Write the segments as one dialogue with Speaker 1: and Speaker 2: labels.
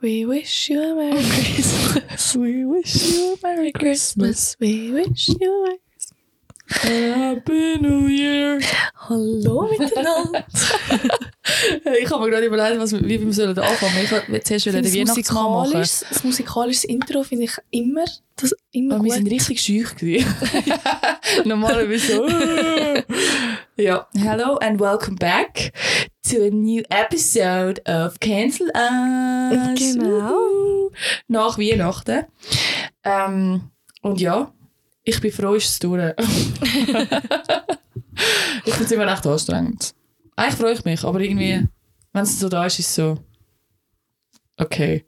Speaker 1: We wish you a Merry Christmas.
Speaker 2: We wish you a Merry
Speaker 1: Christmas. We wish you a
Speaker 2: Happy New Year.
Speaker 1: Hallo miteinander.
Speaker 2: Ich habe mir gerade überlegt, was, wie wir sollen anfangen. Ich wollte zuerst wieder den Weihnachtsmann machen.
Speaker 1: musikalisches, das musikalische Intro finde ich immer, das, immer
Speaker 2: Aber Oh, wir
Speaker 1: gut.
Speaker 2: sind richtig schüch gewesen. Normalerweise so. ja. Hello and welcome back to a new episode of Cancel Us.
Speaker 1: Genau.
Speaker 2: Uhu. Nach Weihnachten. Ähm, und ja, ich bin froh, ist es durch. ich finde es immer echt anstrengend. Eigentlich freue ich mich, aber irgendwie, wenn es so da ist, ist es so. Okay.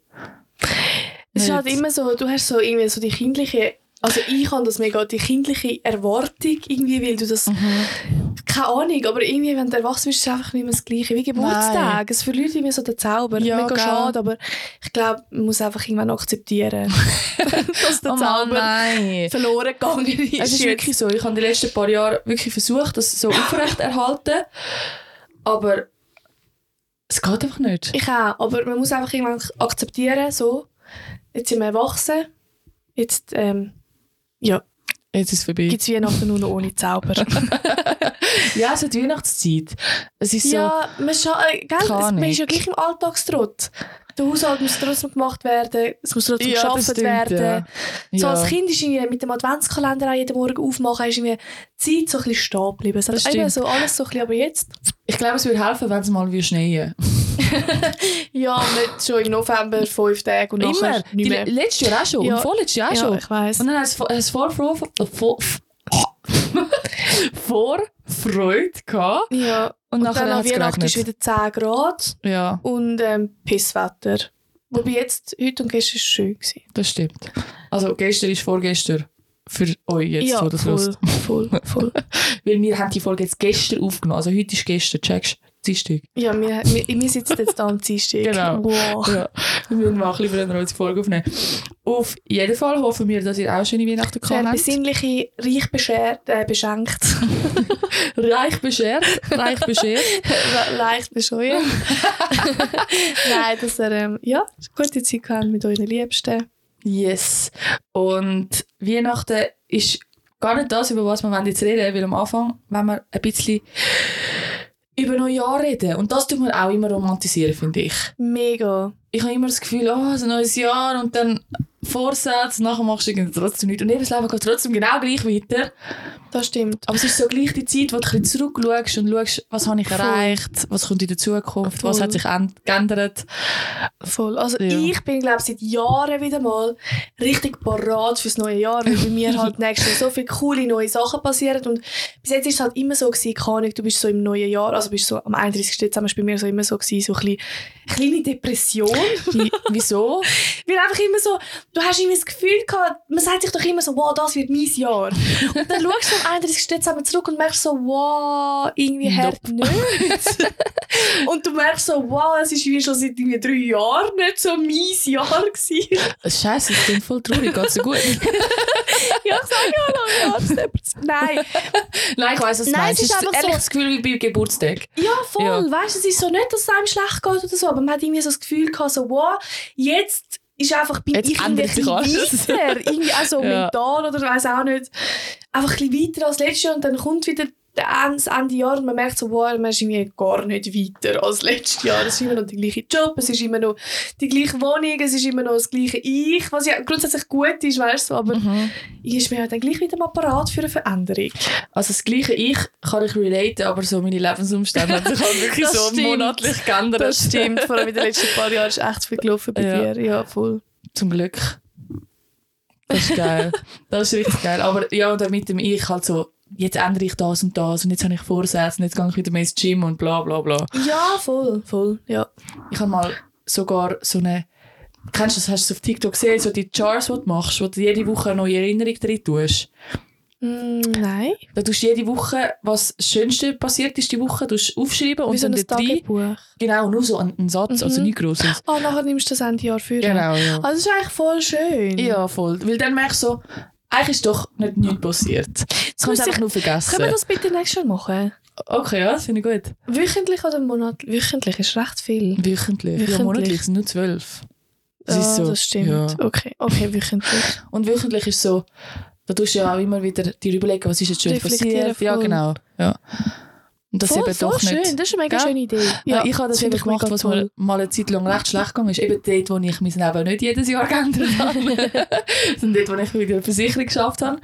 Speaker 1: Es ist
Speaker 2: Nicht.
Speaker 1: halt immer so, du hast so irgendwie so die kindliche, also ich habe das mega, die kindliche Erwartung irgendwie, weil du das,
Speaker 2: Mhm.
Speaker 1: keine Ahnung, aber irgendwie, wenn du erwachsen bist, ist es einfach nicht mehr das Gleiche. Wie Geburtstag, es verliert irgendwie so den Zauber.
Speaker 2: Ja,
Speaker 1: mega
Speaker 2: gell.
Speaker 1: schade, aber ich glaube, man muss einfach irgendwann akzeptieren, dass der
Speaker 2: Oh Mann,
Speaker 1: Zauber
Speaker 2: nein.
Speaker 1: verloren gegangen ist.
Speaker 2: Es ist wirklich so. Ich habe die letzten paar Jahre wirklich versucht, das so aufrechterhalten. Aber es geht einfach nicht.
Speaker 1: Ich auch, aber man muss einfach irgendwann akzeptieren, so, jetzt sind wir erwachsen, jetzt ähm, ja,
Speaker 2: Jetzt ist es vorbei.
Speaker 1: gibt es Weihnachten nur noch ohne Zauber.
Speaker 2: Also, Ja, es hat Weihnachtszeit. Es ist
Speaker 1: ja, man, scha äh, gell, es,
Speaker 2: Keine
Speaker 1: man ist ja
Speaker 2: Ahnung.
Speaker 1: gleich im Alltagstrott. Der Haushalt muss trotzdem gemacht werden, es muss
Speaker 2: so.
Speaker 1: trotzdem
Speaker 2: das
Speaker 1: geschafft
Speaker 2: stimmt,
Speaker 1: werden.
Speaker 2: Ja.
Speaker 1: So als
Speaker 2: Ja.
Speaker 1: Kind ist irgendwie mit dem Adventskalender auch jeden Morgen aufmachen, ist irgendwie die Zeit so ein bisschen stehen geblieben. Es
Speaker 2: Das
Speaker 1: hat eben
Speaker 2: stimmt.
Speaker 1: so alles so ein bisschen, aber jetzt?
Speaker 2: Ich glaube, es würde helfen, wenn es mal wieder schneien
Speaker 1: Ja, nicht schon im November fünf Tage und nachher
Speaker 2: Die
Speaker 1: nicht mehr.
Speaker 2: letztes Jahr auch schon.
Speaker 1: Ja.
Speaker 2: Und vorletztes Jahr auch
Speaker 1: ja,
Speaker 2: schon.
Speaker 1: ich weiss.
Speaker 2: Und dann hat es vor- hat es vor, vor, vor, vor Freude gehabt.
Speaker 1: Ja,
Speaker 2: Und,
Speaker 1: Und
Speaker 2: nachher
Speaker 1: dann
Speaker 2: hat
Speaker 1: an
Speaker 2: es
Speaker 1: Weihnachten
Speaker 2: geregnet.
Speaker 1: ist wieder 10 Grad
Speaker 2: Ja,
Speaker 1: und ähm, Pisswetter. Wobei jetzt, heute und gestern war es schön. Gewesen.
Speaker 2: das stimmt. Also gestern ist vorgestern. Für euch jetzt, wo das los
Speaker 1: voll, voll, voll.
Speaker 2: Weil wir haben die Folge jetzt gestern aufgenommen. Also heute ist gestern, checkst du? Dienstag.
Speaker 1: ja, wir, wir, wir sitzen jetzt da am Dienstag.
Speaker 2: Genau.
Speaker 1: Wow.
Speaker 2: Ja. Wir müssen mal ein bisschen früher unsere Folge aufnehmen. Auf jeden Fall hoffen wir, dass ihr auch schöne Weihnachten
Speaker 1: Sehr
Speaker 2: gehabt habt.
Speaker 1: besinnliche, reich beschert, äh, beschenkt,
Speaker 2: Reich beschert. Reich beschert.
Speaker 1: le- leicht bescheuert. Nein, dass ihr ähm, ja, gute Zeit gehabt mit euren Liebsten.
Speaker 2: Yes. Und Weihnachten ist gar nicht das, über was wir wollen jetzt reden weil am Anfang, wenn wir ein bisschen über Neujahr reden. Und das tut man auch immer romantisieren, finde ich.
Speaker 1: Mega.
Speaker 2: ich habe immer das Gefühl, oh, es ist ein neues Jahr und dann Vorsatz, nachher machst du irgendwie trotzdem nichts. Und eben, das Leben geht trotzdem genau gleich weiter.
Speaker 1: Das stimmt.
Speaker 2: Aber es ist so gleich die Zeit, wo du ein bisschen zurückschaust und schaust, was habe ich
Speaker 1: Voll.
Speaker 2: erreicht, was kommt in der Zukunft, was
Speaker 1: Voll.
Speaker 2: hat sich an- geändert.
Speaker 1: Voll. Also
Speaker 2: Ja.
Speaker 1: ich bin, glaube seit Jahren wieder mal richtig parat fürs neue Jahr, weil bei mir halt nächstes Jahr so viele coole neue Sachen passieren. Und bis jetzt ist es halt immer so gewesen, keine Ahnung, du bist so im neuen Jahr, also bist so am 31. Dezember ist bei mir so immer so gewesen, so ein bisschen, kleine Depression.
Speaker 2: Wie- Wieso?
Speaker 1: Weil einfach immer so, du hast irgendwie das Gefühl gehabt, man sagt sich doch immer so, wow, das wird mein Jahr. Und dann schaust du am 31. Dezember zurück und merkst so, wow, irgendwie hart nicht. und du merkst so, wow, es ist wie schon seit irgendwie drei Jahren nicht so mein Jahr gewesen.
Speaker 2: Scheiße, ich bin voll traurig, geht's dir gut?
Speaker 1: ja, ich sage ja noch, ja, das ist nicht- Nein,
Speaker 2: Nein, ich weiss, was du
Speaker 1: Nein,
Speaker 2: meinst.
Speaker 1: es ist einfach
Speaker 2: ehrlich
Speaker 1: so-
Speaker 2: das Gefühl wie bei Geburtstag.
Speaker 1: ja, voll.
Speaker 2: Ja.
Speaker 1: Weißt du, es ist so nicht, dass es einem schlecht geht oder so, aber man hat irgendwie so das Gefühl gehabt, so, wow, jetzt ist einfach bin
Speaker 2: Jetzt
Speaker 1: ich irgendwie ein
Speaker 2: ändert sich
Speaker 1: bisschen
Speaker 2: alles.
Speaker 1: weiter. Irgendwie auch so
Speaker 2: Ja.
Speaker 1: mental oder weiß auch nicht. Einfach ein bisschen weiter als letztes Jahr und dann kommt wieder der Ende- das Ende Jahr und man merkt so, wow, man ist irgendwie gar nicht weiter als letztes Jahr. Es ist immer noch der gleiche Job, es ist immer noch die gleiche Wohnung, es ist immer noch das gleiche Ich, was ja grundsätzlich gut ist, weißt du,
Speaker 2: Mhm.
Speaker 1: aber ich ist mir ja dann gleich wieder mal parat für eine Veränderung.
Speaker 2: Also das gleiche Ich kann ich relaten, aber so meine Lebensumstände haben sich halt wirklich
Speaker 1: Das
Speaker 2: so
Speaker 1: stimmt.
Speaker 2: monatlich geändert.
Speaker 1: vor allem in den letzten paar Jahren ist echt viel gelaufen bei
Speaker 2: Ja.
Speaker 1: dir. Ja, voll.
Speaker 2: Zum Glück. Das ist geil. das ist richtig geil. Aber ja, und dann mit dem Ich halt so, jetzt ändere ich das und das und jetzt habe ich Vorsätze und jetzt gehe ich wieder mehr ins Gym und bla bla bla.
Speaker 1: Ja, voll, voll, ja.
Speaker 2: Ich habe mal sogar so eine, kennst du das, hast du es auf TikTok gesehen, so die Jars, die du machst, wo du jede Woche eine neue Erinnerung drin tust.
Speaker 1: Mm, nein.
Speaker 2: Da tust du jede Woche, was das Schönste passiert ist die Woche, tust du aufschreiben
Speaker 1: Wie
Speaker 2: und
Speaker 1: so
Speaker 2: dann
Speaker 1: ein
Speaker 2: dort rein.
Speaker 1: Tagebuch.
Speaker 2: Genau, nur so einen, einen Satz, also
Speaker 1: Mhm.
Speaker 2: nichts Grosses.
Speaker 1: Ah, nachher nimmst du das Ende Jahr für.
Speaker 2: Genau, ja.
Speaker 1: Also das ist eigentlich voll schön.
Speaker 2: Ja, voll. Weil dann merkst du so, eigentlich ist doch nicht nichts passiert. Das
Speaker 1: müsste
Speaker 2: kannst du einfach
Speaker 1: ich-
Speaker 2: nur vergessen.
Speaker 1: Können wir das bitte nächstes Jahr machen?
Speaker 2: Okay, ja, das finde ich gut.
Speaker 1: Wöchentlich oder monatlich? Wöchentlich ist recht viel.
Speaker 2: Wöchentlich.
Speaker 1: Wöchentlich.
Speaker 2: Ja, monatlich sind nur zwölf. Es ist so,
Speaker 1: das stimmt.
Speaker 2: ja.
Speaker 1: Okay, okay, wöchentlich.
Speaker 2: Und wöchentlich ist so, da tust du ja auch immer wieder dir überlegen, was ist jetzt schon
Speaker 1: Reflektieren
Speaker 2: passiert. Ja,
Speaker 1: voll.
Speaker 2: genau. Ja. Und das
Speaker 1: voll,
Speaker 2: eben
Speaker 1: voll
Speaker 2: doch
Speaker 1: schön.
Speaker 2: nicht.
Speaker 1: Das ist eine mega
Speaker 2: Gell?
Speaker 1: schöne Idee.
Speaker 2: Ja, ich habe das,
Speaker 1: finde
Speaker 2: eben
Speaker 1: ich
Speaker 2: gemacht,
Speaker 1: mega
Speaker 2: was
Speaker 1: toll.
Speaker 2: mir mal eine Zeit lang recht schlecht gegangen ist. Eben dort, wo ich mein Leben nicht jedes Jahr geändert habe. Sondern dort, wo ich wieder eine Versicherung geschafft habe.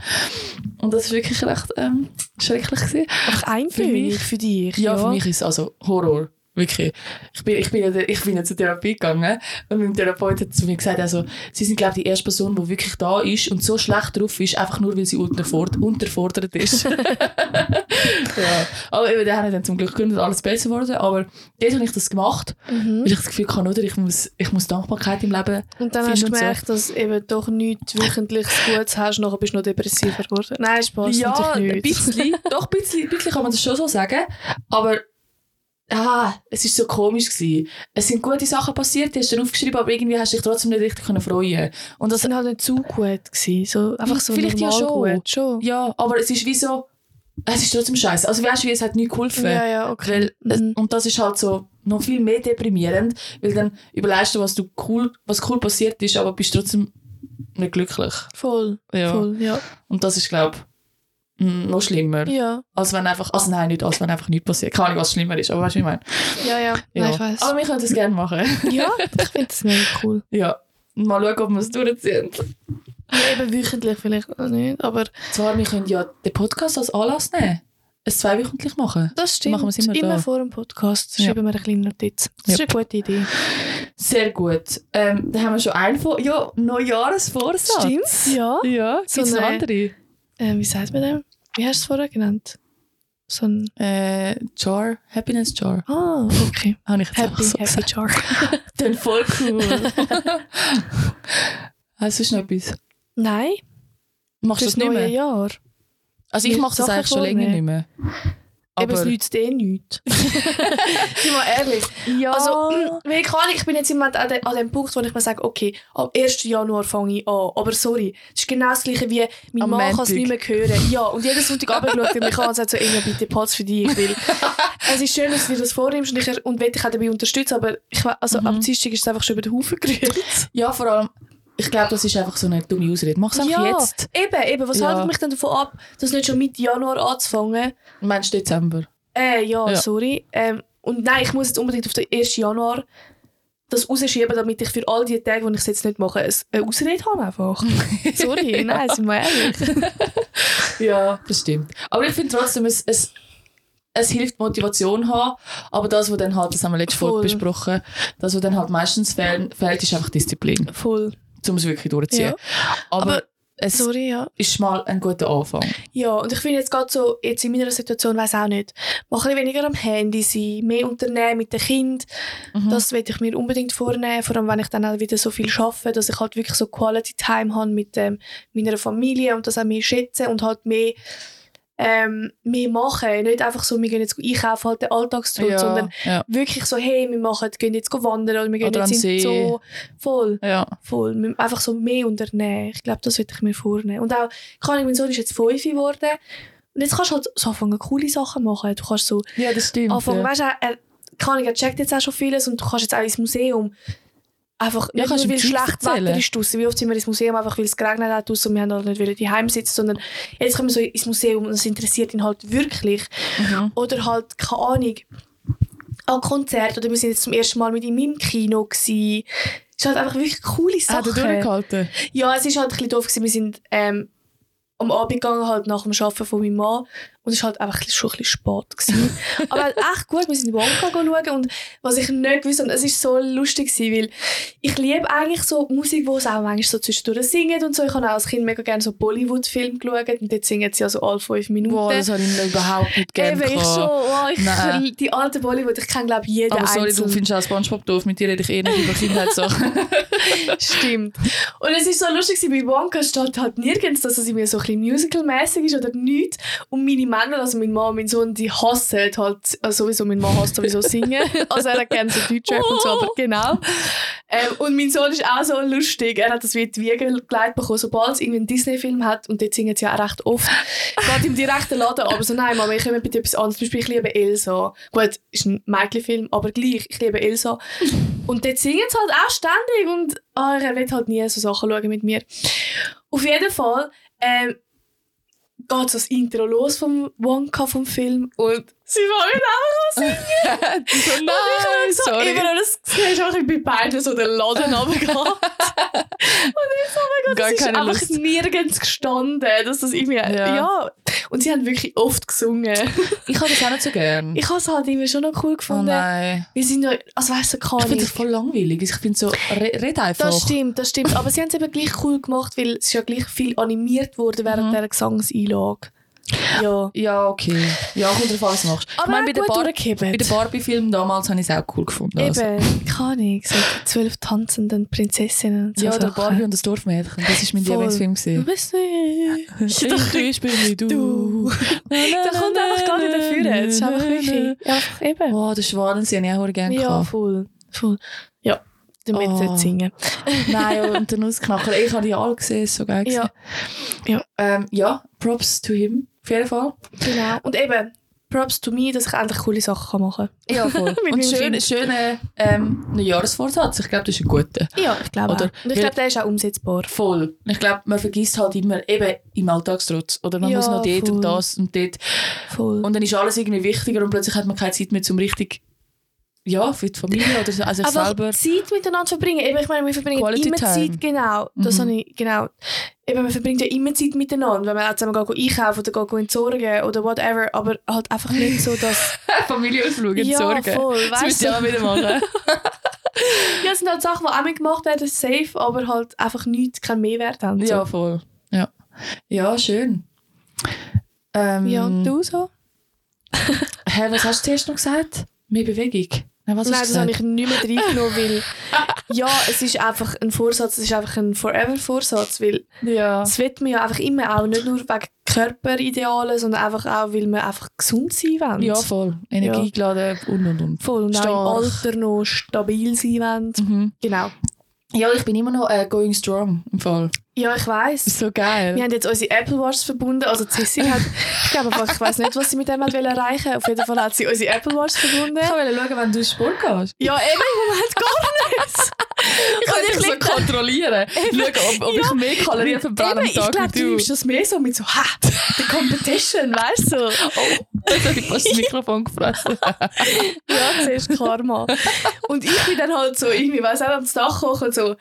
Speaker 2: Und das war wirklich recht ähm, schrecklich. Gewesen.
Speaker 1: Einfach einfühlig
Speaker 2: mich-
Speaker 1: für, dich.
Speaker 2: Ja, für mich ist es also Horror. Wirklich. Ich bin, ich bin, ja, ich bin ja zur Therapie gegangen ne? und mein Therapeut hat zu mir gesagt, also, sie sind, glaube ich, die erste Person, die wirklich da ist und so schlecht drauf ist, einfach nur, weil sie unterfordert, unterfordert ist. ja. Aber eben, der hat dann zum Glück gegründet, alles besser wurde. Aber dort habe ich das gemacht,
Speaker 1: Mhm.
Speaker 2: weil ich das Gefühl hatte, oder, ich muss, ich muss Dankbarkeit im Leben
Speaker 1: Und dann hast du
Speaker 2: Finde und so.
Speaker 1: gemerkt, dass eben doch nichts wöchentliches Gutes hast, nachher bist du noch depressiver geworden. Nein, Spaß,
Speaker 2: Ja,
Speaker 1: natürlich
Speaker 2: ein
Speaker 1: nicht.
Speaker 2: bisschen. Doch, ein bisschen, ein bisschen kann man das schon so sagen. Aber ah, es war so komisch. Gewesen. Es sind gute Sachen passiert, die hast du dann aufgeschrieben, aber irgendwie hast du dich trotzdem nicht richtig können freuen Und
Speaker 1: Das
Speaker 2: das,
Speaker 1: sind halt nicht zu gut gewesen. So, einfach so
Speaker 2: Vielleicht ja
Speaker 1: normal
Speaker 2: schon.
Speaker 1: gut. Schon.
Speaker 2: ja, aber es ist wie so, es ist trotzdem scheiße. Also weißt du, wie es hat nicht geholfen.
Speaker 1: Ja, ja, okay.
Speaker 2: Weil, äh,
Speaker 1: Mhm.
Speaker 2: Und das ist halt so noch viel mehr deprimierend, weil dann überlegst du, was, du cool, was cool passiert ist, aber bist trotzdem nicht glücklich.
Speaker 1: Voll,
Speaker 2: Ja.
Speaker 1: voll, ja.
Speaker 2: Und das ist, glaube ich, noch schlimmer.
Speaker 1: Ja,
Speaker 2: Als wenn einfach, also nein, nicht, als wenn einfach nichts passiert. Keine Ahnung, was schlimmer ist, aber weißt du, wie ich meine?
Speaker 1: ja, ja. Nein, ich weiss.
Speaker 2: Aber wir können das gerne machen.
Speaker 1: Ja, ich finde das mega cool.
Speaker 2: ja. Mal schauen, ob wir es durchziehen.
Speaker 1: Ja, eben wöchentlich vielleicht noch nicht, aber
Speaker 2: Zwar, wir können ja den Podcast als Anlass nehmen. Es zweiwöchentlich machen.
Speaker 1: das stimmt.
Speaker 2: Machen wir's immer da.
Speaker 1: vor dem Podcast
Speaker 2: Ja.
Speaker 1: schreiben wir eine kleine Notiz. Das ist
Speaker 2: Ja.
Speaker 1: eine gute Idee.
Speaker 2: Sehr gut. Ähm, da haben wir schon einen von... Ja, Neujahresvorsatz.
Speaker 1: Ja.
Speaker 2: Ja,
Speaker 1: So
Speaker 2: so eine
Speaker 1: eine-
Speaker 2: andere.
Speaker 1: Ähm, wie sagt man dem? Wie hast du es vorher genannt? So ein...
Speaker 2: Äh, Jar. Happiness Jar.
Speaker 1: Ah, okay.
Speaker 2: Habe ich jetzt einfach
Speaker 1: Happy,
Speaker 2: so
Speaker 1: happy
Speaker 2: gesagt.
Speaker 1: jar.
Speaker 2: Dann voll cool. Hast du sonst noch etwas?
Speaker 1: Nein,
Speaker 2: Machst du
Speaker 1: fürs
Speaker 2: das nicht
Speaker 1: neue
Speaker 2: mehr?
Speaker 1: Jahr.
Speaker 2: Also ich
Speaker 1: Mir
Speaker 2: mache das
Speaker 1: Sachen
Speaker 2: eigentlich schon länger
Speaker 1: vornehmen.
Speaker 2: nicht mehr.
Speaker 1: Eben, es nützt eh nichts. Sind wir ehrlich.
Speaker 2: ja.
Speaker 1: Also, weil ich, ich bin jetzt im Moment an, de, an dem Punkt, wo ich mir sage, okay, am 1. Januar fange ich an. Aber sorry, es ist genau das gleiche wie, mein
Speaker 2: Am
Speaker 1: Mann kann es
Speaker 2: Montag.
Speaker 1: nicht mehr hören. Ja, und jeden Sonntagabend schaut er mich an und sagt so, Inga, bitte, Platz für dich. Weil es ist schön, dass du dir das vornimmst und ich, er- und will dich auch dabei unterstützen, aber ich, we- also,
Speaker 2: Mhm.
Speaker 1: am Dienstag ist es einfach schon über den Haufen gerührt.
Speaker 2: Ja, vor allem, ich glaube, das ist einfach so eine dumme Ausrede. Mach's einfach jetzt.
Speaker 1: eben, eben. Was
Speaker 2: Ja.
Speaker 1: hält mich denn davon ab, das nicht schon Mitte Januar anzufangen?
Speaker 2: Meinst du Dezember?
Speaker 1: Äh, ja,
Speaker 2: Ja.
Speaker 1: sorry. Ähm, und nein, ich muss jetzt unbedingt auf den 1. Januar das rausschieben, damit ich für all die Tage, wo ich es jetzt nicht mache, es- eine Ausrede habe einfach. Sorry, nein, sind wir ehrlich.
Speaker 2: Ja. Das stimmt. Aber ich finde trotzdem, es, es, es hilft, Motivation haben. Aber das, was dann halt, das haben wir letztes Mal
Speaker 1: Voll.
Speaker 2: besprochen, das, was dann halt meistens fehl, fehlt, ist einfach Disziplin,
Speaker 1: Voll.
Speaker 2: um es wirklich durchzuziehen.
Speaker 1: Ja.
Speaker 2: Aber,
Speaker 1: Aber-
Speaker 2: es
Speaker 1: Sorry, ja.
Speaker 2: ist mal ein guter Anfang.
Speaker 1: Ja, und ich finde jetzt gerade so, jetzt in meiner Situation, weiß auch nicht, mal ein bisschen weniger am Handy sein, mehr unternehmen mit dem Kind.
Speaker 2: Mhm.
Speaker 1: Das werde ich mir unbedingt vornehmen, vor allem wenn ich dann auch wieder so viel arbeite, dass ich halt wirklich so Quality Time habe mit ähm, meiner Familie und das auch mehr schätze und halt mehr, ähm, mehr machen. Nicht einfach so, wir gehen jetzt einkaufen, halt den Alltagstrott, sondern
Speaker 2: ja,
Speaker 1: wirklich so, hey, wir machen, gehen jetzt wandern oder wir gehen
Speaker 2: Oder
Speaker 1: jetzt
Speaker 2: an
Speaker 1: in
Speaker 2: den See.
Speaker 1: so voll.
Speaker 2: ja.
Speaker 1: Voll, Wir- einfach so mehr unternehmen. Ich glaube, das würde ich mir vornehmen. Und auch, kann ich, mein Sohn ist jetzt fünf geworden und jetzt kannst du halt so anfangen, coole Sachen machen. Du kannst so
Speaker 2: ja, das stimmt.
Speaker 1: anfangen.
Speaker 2: ja.
Speaker 1: Ah, Weißt du, er, er, keine Ahnung, er checkt jetzt auch schon vieles und du kannst jetzt auch ins Museum. Einfach
Speaker 2: Ja,
Speaker 1: nicht
Speaker 2: kannst
Speaker 1: nur, weil
Speaker 2: ihm die Geschichte
Speaker 1: schlecht
Speaker 2: erzählen.
Speaker 1: Wetter ist draussen. Wie oft sind wir ins Museum, einfach weil es geregnet hat draussen und wir haben halt nicht wieder daheim sitzen, sondern jetzt kommen wir so ins Museum und es interessiert ihn halt wirklich.
Speaker 2: Mhm.
Speaker 1: Oder halt, keine Ahnung, an Konzert oder wir sind jetzt zum ersten Mal mit ihm im Kino gewesen. Es ist halt einfach wirklich coole
Speaker 2: Hat
Speaker 1: Sachen.
Speaker 2: er durchgehalten?
Speaker 1: Ja, es war halt ein bisschen doof. Gewesen. Wir sind ähm, am Abend gegangen, halt nach dem Arbeiten von meinem Mann. Und es war halt einfach ein bisschen- schon ein bisschen spät. Gewesen. Aber halt echt gut, wir sind Wonka schauen. Und was ich nicht gewusst habe, und es war so lustig, gewesen, weil ich liebe eigentlich so Musik, wo es auch manchmal so zwischendurch singt und so. Ich habe auch als Kind mega gerne so Bollywood-Filme geschaut und dort singen sie ja so alle fünf Minuten.
Speaker 2: Boah, das habe ich überhaupt nicht gerne
Speaker 1: Eben, ich schon. Oh, ich,
Speaker 2: Nein.
Speaker 1: die alten Bollywood, ich kenne glaube ich jeden
Speaker 2: Aber sorry, du
Speaker 1: einzelnen.
Speaker 2: findest auch Spongebob doof. Mit dir rede ich eh nicht über Kindheitssachen.
Speaker 1: Stimmt. Und es ist so lustig, gewesen, bei Wonka steht halt nirgends, dass es irgendwie so ein bisschen musical-mässig ist oder nichts. Und meine Männer, also mein Mann und mein Sohn, die hassen halt, also sowieso, mein Mann hasst sowieso singen. Also er hat gerne so Deutschrap und so, aber genau. Ähm, und mein Sohn ist auch so lustig. Er hat das wie in die Wiege gelegt bekommen, sobald es irgendeinen Disney-Film hat. Und dort singen sie ja auch recht oft. Gerade im direkten Laden. Aber so, nein, Mama, ich komme bitte etwas anderes. Zum Beispiel, ich liebe Elsa. Gut, ist ein Mädchenfilm, aber gleich, ich liebe Elsa. Und dort singen sie halt auch ständig und ah, er will halt nie so Sachen schauen mit mir. Auf jeden Fall ähm, geht so das Intro los vom Wonka vom Film und sie fangen einfach an zu singen.
Speaker 2: so,
Speaker 1: Und ich habe so, immer noch das gesehen, habe, ich bin beide so den Laden runtergegangen. und ich so, oh mein Gott,
Speaker 2: Gar
Speaker 1: das ist
Speaker 2: keine
Speaker 1: einfach
Speaker 2: Lust.
Speaker 1: nirgends gestanden, dass das irgendwie, ja.
Speaker 2: Ja.
Speaker 1: Und sie haben wirklich oft gesungen.
Speaker 2: Ich habe das auch nicht so gern.
Speaker 1: Ich habe es halt immer schon noch cool
Speaker 2: oh
Speaker 1: gefunden.
Speaker 2: nein.
Speaker 1: wir sind ja, also weißt du, keine
Speaker 2: Ich finde das
Speaker 1: Ahnung.
Speaker 2: voll langweilig. Ich finde so, re, red einfach.
Speaker 1: Das stimmt, das stimmt. Aber sie haben es eben gleich cool gemacht, weil es ja gleich viel animiert wurde während
Speaker 2: Mhm.
Speaker 1: dieser Gesangseinlage. Ja.
Speaker 2: Ja, okay. Ja, kommt drauf an, was du machst.
Speaker 1: Aber
Speaker 2: ich meine, bei den
Speaker 1: gut
Speaker 2: Bar
Speaker 1: durchgehalten.
Speaker 2: bei den Barbie-Filmen damals habe ich es auch cool gefunden. Also.
Speaker 1: Eben, keine Ahnung. So die zwölf tanzenden Prinzessinnen und so.
Speaker 2: Ja, der
Speaker 1: Sachen.
Speaker 2: Barbie und das Dorfmädchen. Das war mein
Speaker 1: Voll.
Speaker 2: Lieblingsfilm.
Speaker 1: Du
Speaker 2: gewesen.
Speaker 1: bist nicht. Doch,
Speaker 2: Ich bin wie
Speaker 1: Du. da kommt einfach gar nicht dafür. Das ist einfach wirklich. Ja, einfach eben.
Speaker 2: Oh, der Schwanen sind ja auch gerne
Speaker 1: Ja,
Speaker 2: gehabt.
Speaker 1: voll. voll. Ja, damit
Speaker 2: Oh.
Speaker 1: oh. singen.
Speaker 2: Nein, und der Nussknacker. Ich habe die alle gesehen, ist so geil.
Speaker 1: Ja.
Speaker 2: Ja.
Speaker 1: Ja.
Speaker 2: Ähm, ja, Props to him. Auf jeden Fall.
Speaker 1: Genau. Und eben, Props to me, dass ich endlich coole Sachen machen
Speaker 2: Ja, voll.
Speaker 1: meinem
Speaker 2: und schön,
Speaker 1: Kind.
Speaker 2: schöner ähm, Neujahrsvorsatz. Ich glaube, das ist ein guter.
Speaker 1: kann. Ja, ich glaube
Speaker 2: Oder-
Speaker 1: auch. Und ich
Speaker 2: weil-
Speaker 1: glaube, der ist auch umsetzbar.
Speaker 2: Voll. Und Ich glaube, man vergisst halt immer eben im Alltagstrotz. Oder man
Speaker 1: Ja,
Speaker 2: muss noch dort und
Speaker 1: voll.
Speaker 2: das und dort.
Speaker 1: Voll.
Speaker 2: Und dann ist alles irgendwie wichtiger und plötzlich hat man keine Zeit mehr zum richtig, ja, für die Familie oder so, also ich
Speaker 1: Aber
Speaker 2: selber.
Speaker 1: Zeit miteinander verbringen. Eben, ich meine, wir verbringen
Speaker 2: Quality
Speaker 1: immer
Speaker 2: time.
Speaker 1: Zeit, genau. Das
Speaker 2: Mhm.
Speaker 1: habe ich, genau. Eben, man verbringt ja immer Zeit miteinander, wenn man auch zusammen geht einkaufen oder geht entsorgen oder whatever, aber halt einfach nicht so, dass...
Speaker 2: Familienausflug
Speaker 1: ja, voll,
Speaker 2: Das
Speaker 1: weißt
Speaker 2: müsst
Speaker 1: du?
Speaker 2: ihr auch wieder machen.
Speaker 1: Ja, es sind halt Sachen, die auch mal gemacht werden, safe, aber halt einfach nichts, keinen Mehrwert haben. So.
Speaker 2: ja, voll. Ja, ja schön. Ähm,
Speaker 1: ja,
Speaker 2: du.
Speaker 1: du so?
Speaker 2: Hä, was hast du zuerst noch gesagt? Mehr Bewegung. Nein, was
Speaker 1: Nein,
Speaker 2: hast du
Speaker 1: das habe
Speaker 2: gesagt?
Speaker 1: ich nicht mehr reingenommen, weil... ja, es ist einfach ein Vorsatz, es ist einfach ein Forever-Vorsatz, weil
Speaker 2: Ja.
Speaker 1: das wird man ja einfach immer auch, nicht nur wegen Körperidealen, sondern einfach auch, weil man einfach gesund sein will.
Speaker 2: ja, voll. Energie geladen und und und.
Speaker 1: Voll und auch im
Speaker 2: Stark.
Speaker 1: Alter noch stabil sein wollen.
Speaker 2: Mhm.
Speaker 1: Genau.
Speaker 2: Ja, ich bin immer noch äh, going strong im Fall.
Speaker 1: Ja, ich weiß.
Speaker 2: So geil.
Speaker 1: Wir haben jetzt unsere Apple Watch verbunden. Also Cissy hat, ich glaube einfach, ich weiß nicht, was sie mit dem hat wollen erreichen. Auf jeden Fall hat sie unsere Apple Watch verbunden.
Speaker 2: Ich wollte schauen, wenn du Sport gehst.
Speaker 1: Ja, eben im Moment gar nichts.
Speaker 2: Ich kann dich so
Speaker 1: liegt-
Speaker 2: kontrollieren. Schauen, ob, ob ich mehr Kalorien verbrenne am
Speaker 1: Eben, ich
Speaker 2: Tag
Speaker 1: glaube,
Speaker 2: wie
Speaker 1: du
Speaker 2: du.
Speaker 1: nimmst das mehr so mit so, ha, the competition, weißt du?
Speaker 2: Oh, jetzt habe ich fast das Mikrofon gefressen.
Speaker 1: Ja, zuerst Karma. Und ich bin dann halt so, irgendwie, weiss auch, am Dach kochen und so.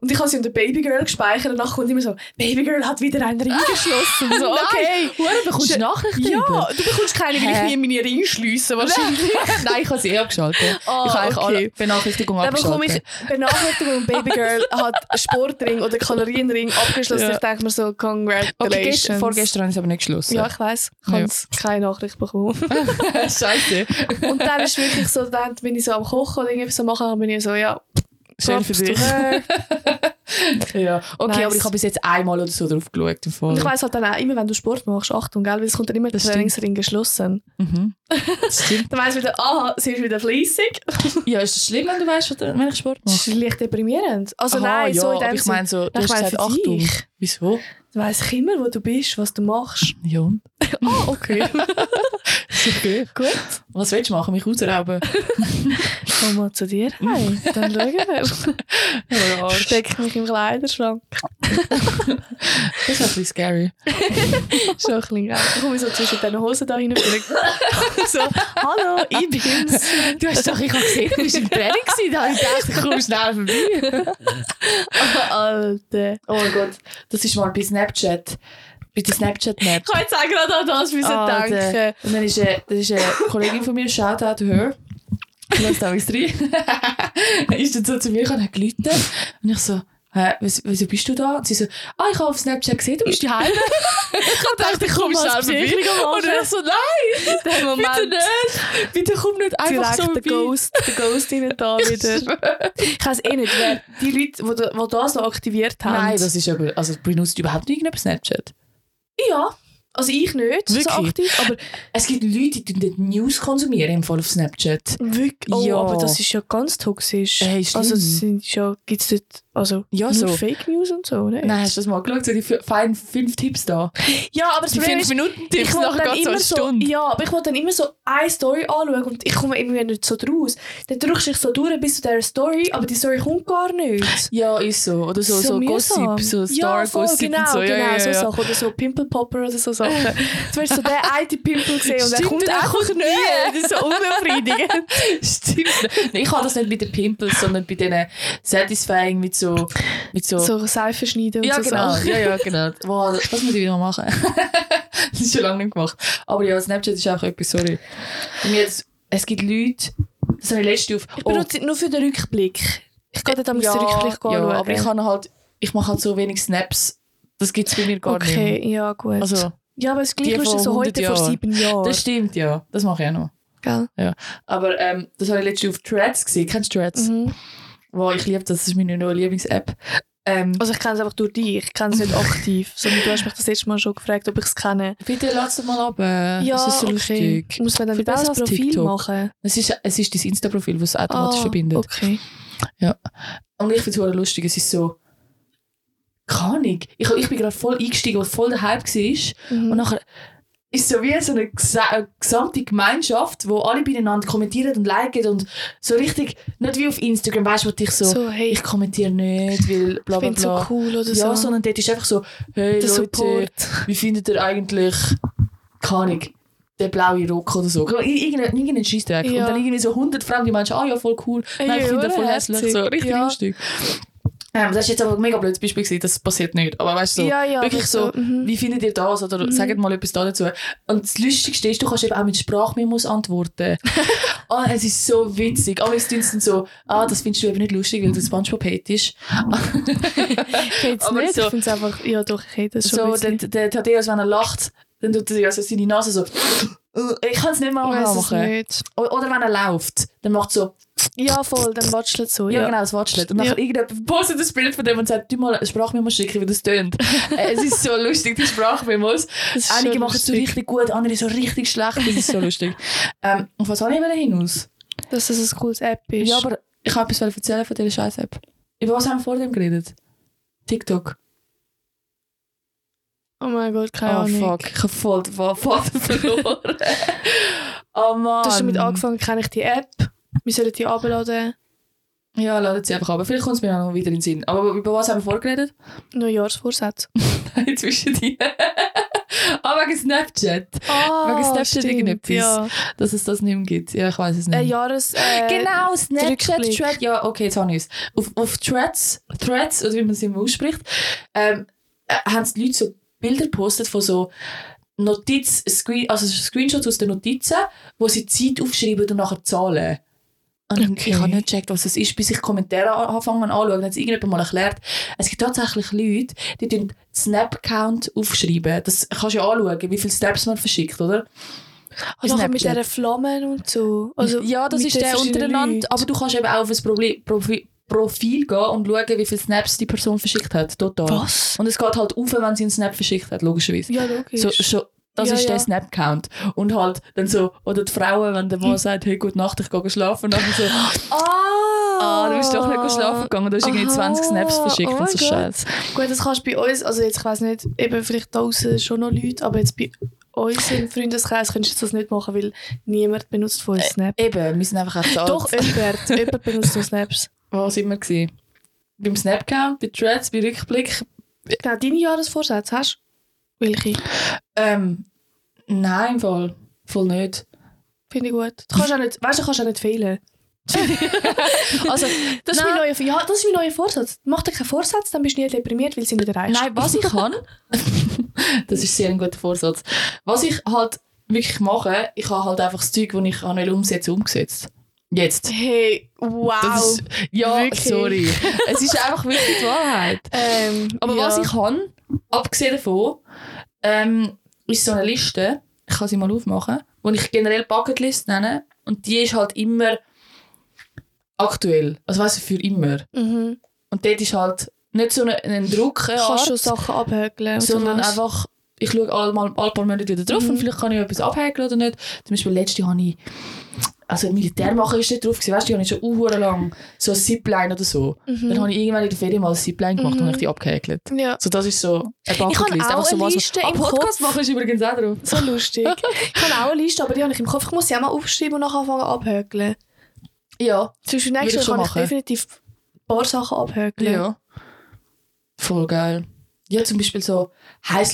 Speaker 1: Und ich habe sie unter Baby Girl gespeichert und nachher kommt immer so, Baby Girl hat wieder einen reingeschlossen. So, okay.
Speaker 2: Hure, bekommst du
Speaker 1: Sch-
Speaker 2: Nachrichten
Speaker 1: Ja,
Speaker 2: über?
Speaker 1: du bekommst keine, weil
Speaker 2: Hä?
Speaker 1: ich nie meine Ringe schliesse wahrscheinlich.
Speaker 2: Nein, ich habe sie eh abgeschaltet.
Speaker 1: Ah,
Speaker 2: ich habe eigentlich
Speaker 1: okay.
Speaker 2: alle Benachrichtigungen
Speaker 1: Dann bekomme ich
Speaker 2: abgeschaltet.
Speaker 1: Benachrichtigungen, Baby Girl hat Sportring oder Kalorienring abgeschlossen.
Speaker 2: Ja.
Speaker 1: Ich denke mir so,
Speaker 2: Okay,
Speaker 1: congratulations.
Speaker 2: gestern, vorgestern habe ich es aber nicht geschlossen.
Speaker 1: Ja, ich weiss. Ich habe keine Nachricht bekommen.
Speaker 2: Scheiße.
Speaker 1: Und dann ist wirklich so, dann bin ich so am Kochen oder irgendwas am machen, dann bin ich so, ja,
Speaker 2: Schön für
Speaker 1: props to
Speaker 2: dich.
Speaker 1: her.
Speaker 2: Ja. Okay,
Speaker 1: Nice.
Speaker 2: aber ich habe bis jetzt einmal oder so drauf geschaut. Im Fall.
Speaker 1: Und ich weiss halt dann auch, immer wenn du Sport machst, Achtung, gell, weil es kommt dann immer der
Speaker 2: Das stimmt.
Speaker 1: Trainingsring geschlossen.
Speaker 2: Mhm. Das stimmt.
Speaker 1: Dann weiss wieder, aha, sie ist wieder fleissig.
Speaker 2: Ja, ist das schlimm, wenn du weißt, was- wenn ich Sport Oh,
Speaker 1: Das ist
Speaker 2: mache?
Speaker 1: leicht deprimierend. Also
Speaker 2: Aha,
Speaker 1: nein,
Speaker 2: ja,
Speaker 1: so in
Speaker 2: aber
Speaker 1: dem
Speaker 2: ich meine so, du
Speaker 1: Ich
Speaker 2: hast
Speaker 1: meine,
Speaker 2: gesagt,
Speaker 1: für
Speaker 2: Achtung.
Speaker 1: dich.
Speaker 2: Wieso?
Speaker 1: Dann weiss ich immer, wo du bist, was du machst.
Speaker 2: Ja, und?
Speaker 1: Ah, okay.
Speaker 2: Ist okay.
Speaker 1: Gut.
Speaker 2: Was willst du machen? Mich ausrauben?
Speaker 1: Komm mal zu dir heim, dann schauen wir.
Speaker 2: Ja, Arsch.
Speaker 1: Steck mich im Kleiderschrank.
Speaker 2: Das ist ein bisschen scary.
Speaker 1: Schon ein bisschen, gell? Dann komme ich so zwischen diesen Hosen da hin und zurück. so, hallo, ich bin's.
Speaker 2: Du hast doch, ich habe gesehen, du bist im Training gewesen. Da habe ich gedacht, ich komme schnell vorbei.
Speaker 1: Alter.
Speaker 2: Oh mein Gott. Das ist mal bei Snapchat. Bei der Snapchat-Map.
Speaker 1: Ich kann jetzt auch gerade an das müssen
Speaker 2: Ah, der-
Speaker 1: denken.
Speaker 2: Und dann ist, äh, das ist eine Kollegin von mir, shout out to her. Läuft auch rein. ist dann so zu mir gekommen, hat gelitten. Und ich so, hä, wieso wieso bist du da? Und sie so, ah, ich habe auf Snapchat gesehen, du bist die Heime. ich dachte, ich komme
Speaker 1: Komm mal ins Bierchen machen.
Speaker 2: Und ich so, nein,
Speaker 1: Der
Speaker 2: bitte
Speaker 1: Moment.
Speaker 2: nicht. Bitte komm nicht einfach
Speaker 1: Direkt
Speaker 2: so
Speaker 1: der
Speaker 2: vorbei.
Speaker 1: Ghost, der Ghost innen da wieder. Ich weiß eh nicht, wer die Leute, die da- die das noch aktiviert haben.
Speaker 2: Nein, das ist aber, also benutzt überhaupt nicht irgendjemand Snapchat.
Speaker 1: ja. Also ich nicht
Speaker 2: Wirklich?
Speaker 1: so aktiv, aber
Speaker 2: Es gibt Leute, die tun dort News konsumieren im Fall auf Snapchat.
Speaker 1: wirklich. Oh,
Speaker 2: Ja.
Speaker 1: aber das ist ja ganz toxisch.
Speaker 2: Ey, stimmt.
Speaker 1: also es sind ja, gibt's dort, Also
Speaker 2: Ja,
Speaker 1: nur
Speaker 2: so.
Speaker 1: Fake News und so, ne?
Speaker 2: Nein, hast du das mal geschaut? So die f- feinen fünf Tipps da.
Speaker 1: Ja, aber das
Speaker 3: Die
Speaker 1: Problem ist,
Speaker 3: 5-Minuten-Tipps
Speaker 1: will
Speaker 3: nachher
Speaker 1: dann
Speaker 3: geht so eine
Speaker 1: immer so-
Speaker 3: Stunde.
Speaker 1: Ja, aber ich wollte dann immer so eine Story anschauen und ich komme irgendwie nicht so draus. Dann drückst du dich so durch bis zu dieser Story, aber die Story kommt gar nicht.
Speaker 2: Ja, ist so. Oder so, so,
Speaker 1: mühsam.
Speaker 2: Gossip, so
Speaker 1: ja, voll,
Speaker 2: Star-Gossip
Speaker 1: genau,
Speaker 2: und so.
Speaker 1: genau,
Speaker 2: Ja, ja,
Speaker 1: so
Speaker 2: ja.
Speaker 1: Sachen. Oder so Pimple Popper oder so Sachen. Zum Beispiel so der eine Pimple gesehen und der
Speaker 2: Stimmt,
Speaker 1: kommt
Speaker 2: der
Speaker 1: einfach
Speaker 2: kommt
Speaker 1: nicht. Das ist so unbefriedigend.
Speaker 2: Stimmt. Nein, ich habe das nicht mit den Pimples, sondern bei diesen Satisfying mit so... Mit so,
Speaker 1: So Seife schneiden und
Speaker 2: ja,
Speaker 1: so
Speaker 2: genau.
Speaker 1: Sachen.
Speaker 2: ja, ja, genau. Wow, das muss ich wieder mal machen. das ist schon lange nicht gemacht. Aber ja, Snapchat ist auch etwas, sorry. Und jetzt, es gibt Leute, das habe ich letztens auf... Oh,
Speaker 1: Ich benutze es nur für den Rückblick. Ich gehe dann am
Speaker 2: Äh, ja,
Speaker 1: Rückblick
Speaker 2: ja,
Speaker 1: anschauen.
Speaker 2: aber ich kann halt... Ich mache halt so wenig Snaps. Das gibt es bei mir gar nicht.
Speaker 1: Okay, ja gut.
Speaker 2: mehr. Also,
Speaker 1: ja, aber es ist
Speaker 2: die
Speaker 1: gleich lustig,
Speaker 2: von
Speaker 1: so heute
Speaker 2: 100
Speaker 1: vor
Speaker 2: Jahren.
Speaker 1: sieben Jahren.
Speaker 2: das stimmt, ja. Das mache ich auch noch.
Speaker 1: Gell?
Speaker 2: Aber ähm, das habe ich letztens auf Threads gesehen. Kennst du Threads?
Speaker 1: Mhm.
Speaker 2: Wow, ich liebe das. Das ist meine neue Lieblings-App. Ähm,
Speaker 1: Also ich kenne es einfach durch dich, ich kenne es
Speaker 2: Mhm.
Speaker 1: nicht aktiv. Sondern du hast mich das letzte Mal schon gefragt, ob ich es kenne.
Speaker 2: bitte lass es mal ab. äh, es ist so lustig.
Speaker 1: Muss man dann
Speaker 2: Viel
Speaker 1: wieder ein
Speaker 2: besser als
Speaker 1: Profil
Speaker 2: TikTok.
Speaker 1: machen?
Speaker 2: Es ist, es ist dein Insta-Profil, das es automatisch
Speaker 1: Ah,
Speaker 2: verbindet.
Speaker 1: okay.
Speaker 2: Und ich finde es lustig. Es ist so... Keine Ahnung. Ich, ich bin gerade voll eingestiegen, was voll der Hype war.
Speaker 1: Mhm.
Speaker 2: Und nachher ist so wie so eine gesa- eine gesamte Gemeinschaft, wo alle beieinander kommentieren und liken und so richtig, nicht wie auf Instagram, weißt du, wo dich so,
Speaker 1: so, hey,
Speaker 2: ich
Speaker 1: ich,
Speaker 2: kommentiere nicht, weil bla bla
Speaker 1: bin so
Speaker 2: bla.
Speaker 1: cool oder
Speaker 2: ja,
Speaker 1: so.
Speaker 2: Also sondern dort ist einfach so, hey
Speaker 1: Der
Speaker 2: Leute,
Speaker 1: Support.
Speaker 2: wie findet ihr eigentlich, keine Ahnung, den blauen Rock oder so. Ir- Irgendeinen irgendein Scheissdreck.
Speaker 1: Ja.
Speaker 2: Und dann irgendwie so 100 fremde Menschen, ah ja, voll cool,
Speaker 1: Ey,
Speaker 2: nein, ich finde
Speaker 1: ja,
Speaker 2: den voll
Speaker 1: herzig.
Speaker 2: hässlich, so richtig
Speaker 1: Ja.
Speaker 2: lustig. Ähm, das ist jetzt aber ein mega blödes Beispiel gewesen, das passiert nicht, aber weißt du, so,
Speaker 1: ja, ja,
Speaker 2: wirklich
Speaker 1: aber
Speaker 2: so,
Speaker 1: mhm.
Speaker 2: wie findet ihr das? Oder sagt mal etwas da dazu. Und das Lustigste ist, du kannst eben auch mit Sprachmemos antworten. Ah, es ist so witzig. Aber es tun sie dann so, ah, das findest du eben nicht lustig, weil du Spongebob hättest.
Speaker 1: ich kenne es
Speaker 2: aber
Speaker 1: nicht,
Speaker 2: so-
Speaker 1: ich finde es einfach, ja doch, ich kenne das schon ein
Speaker 2: So, der,
Speaker 1: bisschen.
Speaker 2: der Thaddeus, wenn er lacht, dann tut er ja so seine Nase so. Ich kann es nicht mal
Speaker 1: Äh, Ich weiss es
Speaker 2: machen.
Speaker 1: nicht.
Speaker 2: O- Oder wenn er läuft, dann macht so,
Speaker 1: Ja, voll, dann watschelt so,
Speaker 2: ja,
Speaker 1: ja.
Speaker 2: genau, das Watschlet. Und
Speaker 1: Ja.
Speaker 2: nachher irgendjemand postet das Bild von dem und sagt, du mal eine Sprachmemo schicken, wie das tönt. Äh, es ist so lustig, die Sprachmemos.
Speaker 1: Das ist
Speaker 2: Einige
Speaker 1: schon
Speaker 2: machen es so
Speaker 1: lustig.
Speaker 2: richtig gut, andere so richtig schlecht. Das ist so lustig. Ähm, auf was habe ich denn hinaus?
Speaker 1: Dass das ein cooles App ist.
Speaker 2: Ja, aber ich habe etwas erzählen von dieser scheiß App. Über was haben wir vor dem geredet? TikTok.
Speaker 1: oh mein Gott, keine
Speaker 2: oh
Speaker 1: Ahnung.
Speaker 2: fuck, ich habe voll den Faden verloren. oh Mann.
Speaker 1: Du hast damit angefangen, kenne ich die App. Wir sollen die abladen.
Speaker 2: Ja, ladet sie einfach ab. Vielleicht kommt es mir auch noch wieder in den Sinn. Aber über was haben wir vorgeredet?
Speaker 1: Neujahrsvorsatz.
Speaker 2: Nein, zwischen dir. Ah, wegen Snapchat.
Speaker 1: Ah,
Speaker 2: Wegen Snapchat
Speaker 1: stimmt,
Speaker 2: irgendetwas.
Speaker 1: Ja.
Speaker 2: Dass es das nicht mehr gibt. Ja, ich weiß es nicht.
Speaker 1: Äh, Jahres... Äh,
Speaker 2: Genau, Snapchat,
Speaker 1: Rückblick.
Speaker 2: Thread, ja, okay, jetzt habe ich es. Auf, auf Threads, Threads, oder wie man es immer ausspricht, ähm, äh, haben die Leute so Bilder gepostet von so Notiz, Screen, also Screenshots aus den Notizen, wo sie die Zeit aufschreiben und nachher zahlen. Und ich-
Speaker 1: Okay.
Speaker 2: ich habe nicht gecheckt, was das ist, bis ich Kommentare an- anfangen anzuschauen. Dann hat es irgendjemand mal erklärt, es gibt tatsächlich Leute, die den Snap-Count aufschreiben. Das kannst du ja anschauen, wie viele Snaps man verschickt, oder?
Speaker 1: Und nachher mit
Speaker 2: Snapchat.
Speaker 1: diesen Flammen und so. Also
Speaker 2: ja, das
Speaker 1: mit
Speaker 2: ist
Speaker 1: den
Speaker 2: der
Speaker 1: verschiedenen
Speaker 2: untereinander.
Speaker 1: Leuten.
Speaker 2: Aber du kannst eben auch auf ein Proble- Profi Profil gehen und schauen, wie viele Snaps die Person verschickt hat. Total.
Speaker 1: Was?
Speaker 2: Und es geht halt auf, wenn sie einen Snap verschickt hat, logischerweise.
Speaker 1: Ah. Ja, logisch.
Speaker 2: So, schon, das
Speaker 1: Ja,
Speaker 2: ist
Speaker 1: ja.
Speaker 2: der Snap-Count. Und halt dann so, oder die Frauen, wenn der Mann sagt, hey, gute Nacht, ich gehe schlafen, und dann so,
Speaker 1: Ah!
Speaker 2: ah, du bist doch nicht schlafen gegangen, du hast irgendwie
Speaker 1: Aha.
Speaker 2: 20 Snaps verschickt
Speaker 1: Oh
Speaker 2: und so
Speaker 1: mein Gott.
Speaker 2: Scheiß.
Speaker 1: Gut, das kannst du bei uns, also jetzt, ich weiss nicht, eben vielleicht draußen schon noch Leute, aber jetzt bei uns im Freundeskreis könntest du das nicht machen, weil niemand benutzt von uns Snap.
Speaker 2: Eben, wir sind einfach auch zu alt.
Speaker 1: Doch, jemand, jemand benutzt noch Snaps.
Speaker 2: Wo sind wir gewesen? Beim Snap-Count, bei Threads, bei Rückblick,
Speaker 1: Genau, deine Jahresvorsätze hast du? Welche?
Speaker 2: ähm, nein, im Fall, voll nicht.
Speaker 1: Finde ich gut. Du kannst auch nicht, weißt du, du kannst auch nicht fehlen. also, das ist, mein neuer, ja, das ist mein neuer Vorsatz. Mach dir keinen Vorsatz, dann bist du nie deprimiert, weil du ihn nicht erreichst.
Speaker 2: Nein, was ich kann, das ist sehr ein guter Vorsatz. Was ich halt wirklich mache, ich habe halt einfach das Zeug, das ich an umsetzen umgesetzt. Jetzt.
Speaker 1: Hey, wow.
Speaker 2: Das ist, ja,
Speaker 1: Wirklich?
Speaker 2: sorry. es ist einfach wirklich die Wahrheit.
Speaker 1: ähm,
Speaker 2: Aber
Speaker 1: ja.
Speaker 2: was ich kann, abgesehen davon, ähm, ist so eine Liste, ich kann sie mal aufmachen, die ich generell Bucketlist nenne. Und die ist halt immer aktuell. Also weißt du, für immer.
Speaker 1: Mhm.
Speaker 2: Und dort ist halt nicht so ein, ein Druck. eine
Speaker 1: Kannst
Speaker 2: Art
Speaker 1: schon Sachen abhökeln. und
Speaker 2: sondern
Speaker 1: sowas.
Speaker 2: einfach, ich schaue alle, mal, alle paar Monate wieder drauf
Speaker 1: Mhm.
Speaker 2: und vielleicht kann ich etwas abhäkeln oder nicht. Zum Beispiel letzte habe ich also Militär machen ist nicht drauf gewesen, weißt du, die habe ich schon uhuere lang so eine Zipline oder so. Dann habe ich irgendwann in der Ferien mal eine Zipline gemacht und
Speaker 1: Mhm.
Speaker 2: habe ich die abgehäkelt.
Speaker 1: Ja.
Speaker 2: So, das ist so eine
Speaker 1: Ich habe
Speaker 2: Bucketlist.
Speaker 1: auch
Speaker 2: Einfach so
Speaker 1: eine
Speaker 2: was-
Speaker 1: Liste
Speaker 2: Ah,
Speaker 1: im
Speaker 2: Podcast
Speaker 1: Kopf.
Speaker 2: machen ist übrigens auch drauf.
Speaker 1: So lustig. ich habe auch eine Liste, aber die habe ich im Kopf. Ich muss sie auch mal aufschreiben und nachher anfangen abhökeln.
Speaker 2: Ja.
Speaker 1: Zum Beispiel
Speaker 2: Würde ich
Speaker 1: nächstes
Speaker 2: schon
Speaker 1: Jahr kann ich
Speaker 2: machen.
Speaker 1: definitiv ein paar Sachen abhökeln.
Speaker 2: Ja. Voll geil. Ja, zum Beispiel so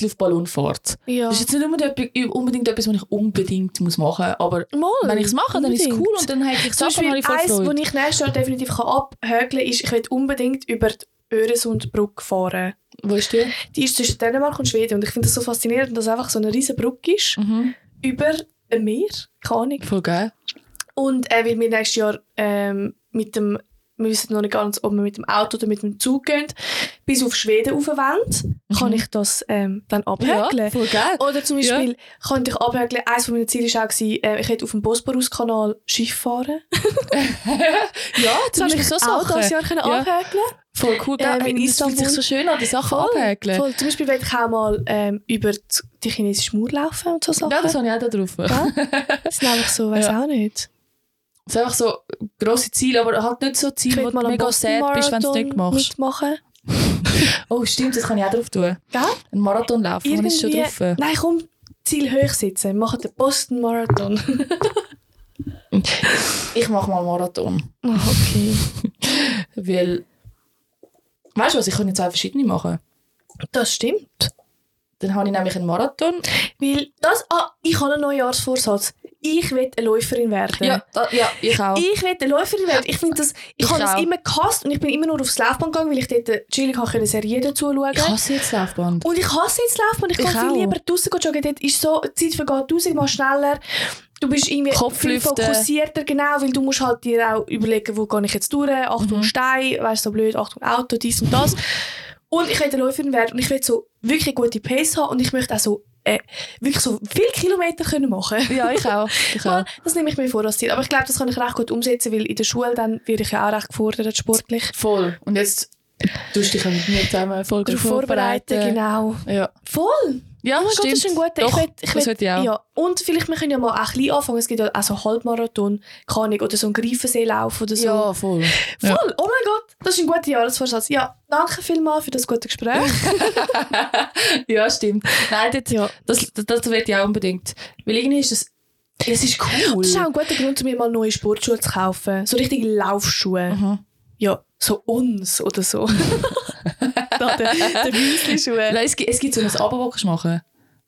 Speaker 2: Heißluftballonfahrt.
Speaker 1: ja.
Speaker 2: Das ist jetzt nicht unbedingt, etwas- unbedingt etwas, was ich unbedingt muss machen muss, aber
Speaker 1: Mal,
Speaker 2: wenn ich es mache, dann ist es
Speaker 1: unbedingt.
Speaker 2: cool und dann habe ich
Speaker 1: Zum
Speaker 2: Sachen, habe
Speaker 1: Beispiel
Speaker 2: ich voll
Speaker 1: eins,
Speaker 2: Freude.
Speaker 1: das ich nächstes Jahr definitiv kann abhökeln kann, ist, ich will unbedingt über die Öresundbrücke fahren.
Speaker 2: Wo ist die?
Speaker 1: Die ist zwischen Dänemark und Schweden und ich finde das so faszinierend, dass einfach so eine riesige Brücke ist
Speaker 2: Mhm.
Speaker 1: über ein Meer, keine Ahnung.
Speaker 2: Voll geil.
Speaker 1: Und äh, weil wir nächstes Jahr ähm, mit dem, wir wissen noch nicht ganz, ob wir mit dem Auto oder mit dem Zug gehen, bis auf Schweden rauf wollen, kann
Speaker 2: Mhm.
Speaker 1: ich das ähm, dann abhökeln.
Speaker 2: Ja, voll geil.
Speaker 1: Oder zum
Speaker 2: Ja.
Speaker 1: Beispiel könnte ich abhökeln, eines meiner Ziele war auch, gewesen, äh, ich hätte auf dem Bosporus-Kanal Schiff fahren.
Speaker 2: Ja,
Speaker 1: Das habe ich auch dieses Jahr können
Speaker 2: Ja.
Speaker 1: abhökeln.
Speaker 2: Voll cool,
Speaker 1: Ja,
Speaker 2: geil.
Speaker 1: in
Speaker 2: das fühlt sich
Speaker 1: Istanbul.
Speaker 2: so schön an, die Sachen
Speaker 1: Voll,
Speaker 2: abhäkeln.
Speaker 1: Voll. Zum Beispiel will ich auch mal ähm, über die, die chinesische Mauer laufen und so Sachen.
Speaker 2: Ja, das habe ich auch da drauf.
Speaker 1: Das ist einfach so, weiß auch nicht.
Speaker 2: Es ist einfach so grosse Ziele, aber halt nicht so
Speaker 1: Ich
Speaker 2: Ziele,
Speaker 1: will
Speaker 2: wo du
Speaker 1: mal am
Speaker 2: mega
Speaker 1: Boston
Speaker 2: sad bist, wenn du es nicht
Speaker 1: Marathon
Speaker 2: machst.
Speaker 1: mitmachen.
Speaker 2: Oh, stimmt, das kann ich auch drauf tun.
Speaker 1: Gell?
Speaker 2: Ein Marathon laufen, habe ich schon
Speaker 1: Irgendwie-
Speaker 2: drauf.
Speaker 1: Nein, komm, Ziel hoch sitzen. Wir machen den Boston Marathon.
Speaker 2: Ich mache mal einen Marathon.
Speaker 1: Ah, okay.
Speaker 2: Weil, weißt du was, ich kann jetzt zwei verschiedene machen.
Speaker 1: Das stimmt.
Speaker 2: Dann habe ich nämlich einen Marathon.
Speaker 1: Weil das, ah, ich habe einen Neujahrsvorsatz. Ich will eine Läuferin werden.
Speaker 2: da, ja ich auch.
Speaker 1: Ich will eine Läuferin werden. Ich finde das, ich,
Speaker 2: Ich
Speaker 1: habe
Speaker 2: auch.
Speaker 1: das immer gehasst und ich bin immer nur aufs Laufband gegangen, weil ich dort chillig habe können Serien zuschauen
Speaker 2: Ich hasse jetzt Laufband.
Speaker 1: Und ich hasse jetzt Laufband. Ich
Speaker 2: Ich
Speaker 1: kann
Speaker 2: auch.
Speaker 1: viel lieber draußen joggen. Dort ist so, die Zeit vergeht tausendmal schneller. Du bist irgendwie viel
Speaker 2: Kopflüften.
Speaker 1: fokussierter, genau, weil du musst halt dir auch überlegen, wo gehe ich jetzt durch. Achtung
Speaker 2: Mhm.
Speaker 1: Stein, weißt du, so blöd, Achtung Auto, dies und das. und ich will eine Läuferin werden und ich will so wirklich gute Pace haben und ich möchte auch so, äh, wirklich so viele Kilometer können machen
Speaker 2: Ja, ich auch. Ich auch.
Speaker 1: Mal, Das nehme ich mir vor als Ziel. Aber ich glaube, das kann ich recht gut umsetzen, weil in der Schule dann werde ich ja auch recht gefordert sportlich.
Speaker 2: Voll. Und jetzt tust du dich auch mit mir zusammen voll
Speaker 1: Darauf
Speaker 2: darauf
Speaker 1: vorbereiten,
Speaker 2: vorbereiten.
Speaker 1: genau.
Speaker 2: Ja,
Speaker 1: Voll!
Speaker 2: ja
Speaker 1: Oh mein Gott,
Speaker 2: stimmt.
Speaker 1: das ist ein guter.
Speaker 2: Doch,
Speaker 1: ich will, ich
Speaker 2: das
Speaker 1: will,
Speaker 2: will ich auch.
Speaker 1: ja. Und vielleicht, wir können ja mal auch ein bisschen anfangen. Es gibt ja auch so Halbmarathon, keine Ahnung, oder so einen Greifenseelauf oder so.
Speaker 2: Ja, voll.
Speaker 1: Voll, oh mein Gott, das ist ein guter Jahresvorsatz. Ja, danke vielmals für das gute Gespräch.
Speaker 2: ja, stimmt. Nein, das,
Speaker 1: Ja.
Speaker 2: das, das, das will ich auch unbedingt. Weil irgendwie ist das... Es ist cool.
Speaker 1: Das ist auch ein guter Grund, um mir mal neue Sportschuhe zu kaufen. So richtige Laufschuhe.
Speaker 2: Mhm.
Speaker 1: Ja, so uns oder so. da, der der Müsli-Schuhe.
Speaker 2: Nein, es, gibt, es gibt so ein Abo, das du machen kannst.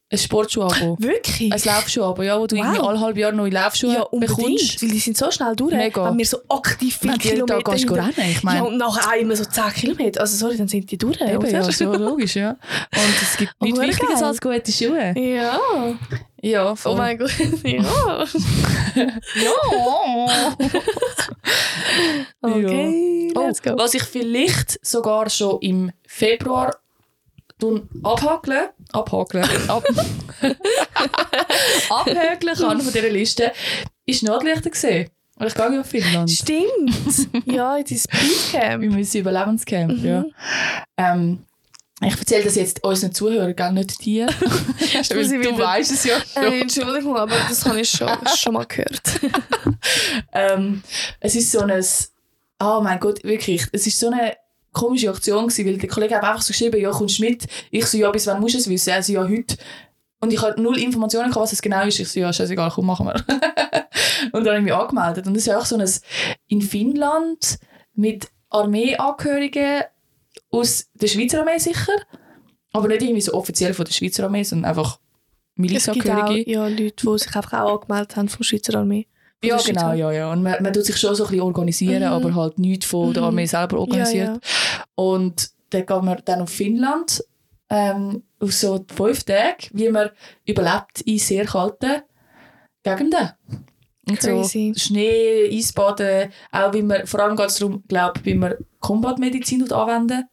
Speaker 2: Ein Sportschuh-Abo.
Speaker 1: Wirklich?
Speaker 2: Ein Laufschuh-Abo, ja, wo du
Speaker 1: Wow.
Speaker 2: irgendwie alle halbe Jahr neue Laufschuhe
Speaker 1: ja, unbedingt.
Speaker 2: bekommst.
Speaker 1: Weil die sind so schnell durch.
Speaker 2: Mega.
Speaker 1: Wenn wir so aktiv viele
Speaker 2: Wenn du jeden Tag
Speaker 1: Kilometer
Speaker 2: gehst du
Speaker 1: hinter-
Speaker 2: rennen, ich
Speaker 1: Ja,
Speaker 2: meine...
Speaker 1: und nachher auch immer so 10 Kilometer. Also sorry, dann sind die durch,
Speaker 2: Eben,
Speaker 1: oder?
Speaker 2: ja, so logisch, ja. Und es gibt nichts
Speaker 1: Oh,
Speaker 2: Wichtiges
Speaker 1: geil.
Speaker 2: als gute Schuhe.
Speaker 1: Ja.
Speaker 2: Ja,
Speaker 1: Oh
Speaker 2: voll.
Speaker 1: mein Gott. Ja.
Speaker 2: Ja.
Speaker 1: Okay,
Speaker 2: Oh,
Speaker 1: let's go.
Speaker 2: Was ich vielleicht sogar schon im Februar tun- abhakeln, abhakeln, ab, abhäkeln kann von dieser Liste, ist Nordlichter gesehen. Und ich gehe ja auf Finnland.
Speaker 1: Stimmt. ja, jetzt ist Speedcamp.
Speaker 2: Wir müssen Überlebenscamp,
Speaker 1: Mhm.
Speaker 2: ja. Ähm, ich erzähle das jetzt unseren Zuhörern, gell, nicht dir. Weil
Speaker 1: muss ich
Speaker 2: du
Speaker 1: wieder-
Speaker 2: weißt es ja schon.
Speaker 1: Äh, Entschuldigung, aber das habe ich schon, schon mal gehört.
Speaker 2: Ähm, es ist so ein. Oh mein Gott, wirklich. Es ist so eine komische Aktion, gewesen, weil der Kollege hat einfach so geschrieben: Ja, kommst du mit? Ich so: Ja, bis wann musst du es wissen? Er so: Ja, heute. Und ich hatte null Informationen, gehabt, was es genau ist. Ich so: Ja, scheißegal, komm, machen wir. und dann habe ich mich angemeldet. Und es ist auch so ein. In Finnland mit Armeeangehörigen aus der Schweizer Armee sicher. Aber nicht irgendwie so offiziell von der Schweizer Armee, sondern einfach
Speaker 1: Es gibt auch
Speaker 2: Milizangehörige.
Speaker 1: ja, Leute, die sich einfach auch angemeldet haben von der Schweizer Armee. Von
Speaker 2: Ja,
Speaker 1: der Schweizer
Speaker 2: genau,
Speaker 1: Armee.
Speaker 2: ja, ja. Und man, man tut sich schon so ein bisschen organisieren,
Speaker 1: Mhm.
Speaker 2: aber halt nichts von der
Speaker 1: Mhm.
Speaker 2: Armee selber organisiert.
Speaker 1: Ja, ja.
Speaker 2: Und dann gehen wir dann auf Finnland, ähm, auf so fünf Tage, wie man überlebt in sehr kalten Gegenden. Und
Speaker 1: Crazy.
Speaker 2: So Schnee, Eisbaden, auch wie man, vor allem geht es darum, glaube wie man Kombatmedizin tut anwenden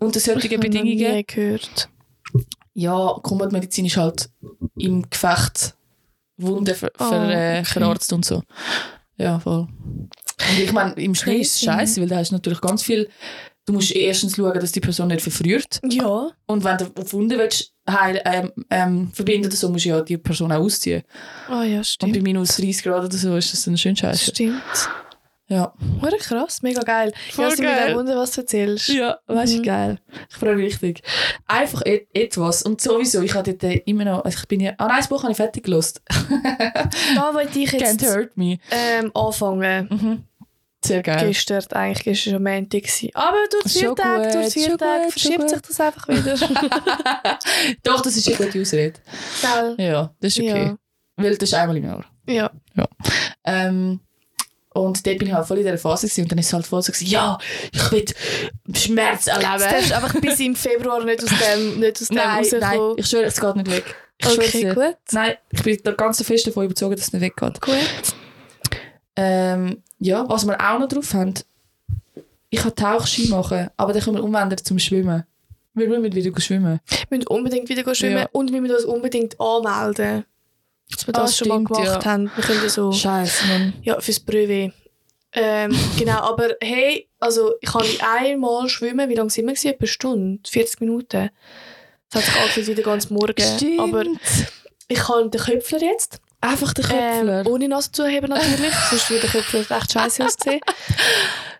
Speaker 2: unter
Speaker 1: Ich
Speaker 2: solchen
Speaker 1: habe noch
Speaker 2: Bedingungen.
Speaker 1: nie gehört.
Speaker 2: Ja, Kombatmedizin ist halt im Gefecht Wunden ver
Speaker 1: Oh,
Speaker 2: ver äh,
Speaker 1: okay.
Speaker 2: verarztet und so. Ja, voll. Und ich meine, im Schnee ist es
Speaker 1: Crazy.
Speaker 2: scheiße, weil da hast du natürlich ganz viel. Du musst erstens schauen, dass die Person nicht verfrüht.
Speaker 1: Ja.
Speaker 2: Und wenn du auf Wunden willst, heil, ähm, ähm, verbindet, so musst du ja die Person auch ausziehen.
Speaker 1: Ah ja,
Speaker 2: Und bei
Speaker 1: stimmt.
Speaker 2: minus 30 Grad oder so ist das dann schön scheiße.
Speaker 1: Stimmt.
Speaker 2: Ja.
Speaker 1: Hure krass, mega geil.
Speaker 2: Voll
Speaker 1: ja, dass du mir
Speaker 2: geil.
Speaker 1: dann wundern, was du erzählst.
Speaker 2: Ja, weißt du,
Speaker 1: Mhm.
Speaker 2: geil. Ich freue mich richtig. Einfach et etwas. Und sowieso, ich hatte dort immer noch, also ich bin ja, ah nein, das Buch habe ich fertig gelost.
Speaker 1: Da wollte ich
Speaker 2: Can't
Speaker 1: jetzt
Speaker 2: hurt me.
Speaker 1: ähm, anfangen.
Speaker 2: Mhm. Sehr geil.
Speaker 1: Gestern, eigentlich gestern schon Montag. gewesen. Aber durch
Speaker 2: Schon
Speaker 1: vier Tage,
Speaker 2: gut,
Speaker 1: durch vier
Speaker 2: schon
Speaker 1: Tage
Speaker 2: gut, schon
Speaker 1: verschiebt
Speaker 2: gut.
Speaker 1: sich das einfach wieder.
Speaker 2: Doch, das ist eine gute Ausrede.
Speaker 1: Gell?
Speaker 2: Ja, das ist okay. Weil das ist einmal im Jahr.
Speaker 1: Ja. ja.
Speaker 2: Ähm, und dort bin ich halt voll in dieser Phase gewesen. und dann ist es halt voll so gewesen, ja, ich will Schmerz
Speaker 1: Das
Speaker 2: erleben.
Speaker 1: darfst du einfach bis im Februar nicht aus dem, nicht aus dem
Speaker 2: Nein, nein,
Speaker 1: rauskommen.
Speaker 2: ich schwöre, es geht nicht weg. Ich schwöre es
Speaker 1: Okay,
Speaker 2: nicht.
Speaker 1: gut.
Speaker 2: Nein, ich bin da ganz fest davon überzeugt, dass es nicht weggeht.
Speaker 1: Gut.
Speaker 2: Ähm, ja, was wir auch noch drauf haben, ich kann Tauchski machen, aber dann können wir umwenden zum Schwimmen. Wir müssen wieder schwimmen.
Speaker 1: Wir müssen unbedingt wieder schwimmen
Speaker 2: Ja.
Speaker 1: und wir müssen uns unbedingt anmelden. Dass wir
Speaker 2: Ah,
Speaker 1: das schon mal
Speaker 2: stimmt,
Speaker 1: gemacht
Speaker 2: ja.
Speaker 1: haben. Wir können so.
Speaker 2: Scheiße, Mann.
Speaker 1: Ja, fürs Prüfe. Ähm, genau, aber hey, also ich kann einmal schwimmen. Wie lange sind wir? gewesen? Etwa eine Stunde? 40 Minuten? Das hat sich angefühlt wie der ganze Morgen. Aber ich kann den Köpfler jetzt.
Speaker 2: einfach der
Speaker 1: Ähm,
Speaker 2: Köpfler.
Speaker 1: ohne Nase zu heben natürlich, sonst würde der Köpfler recht scheiße aussehen.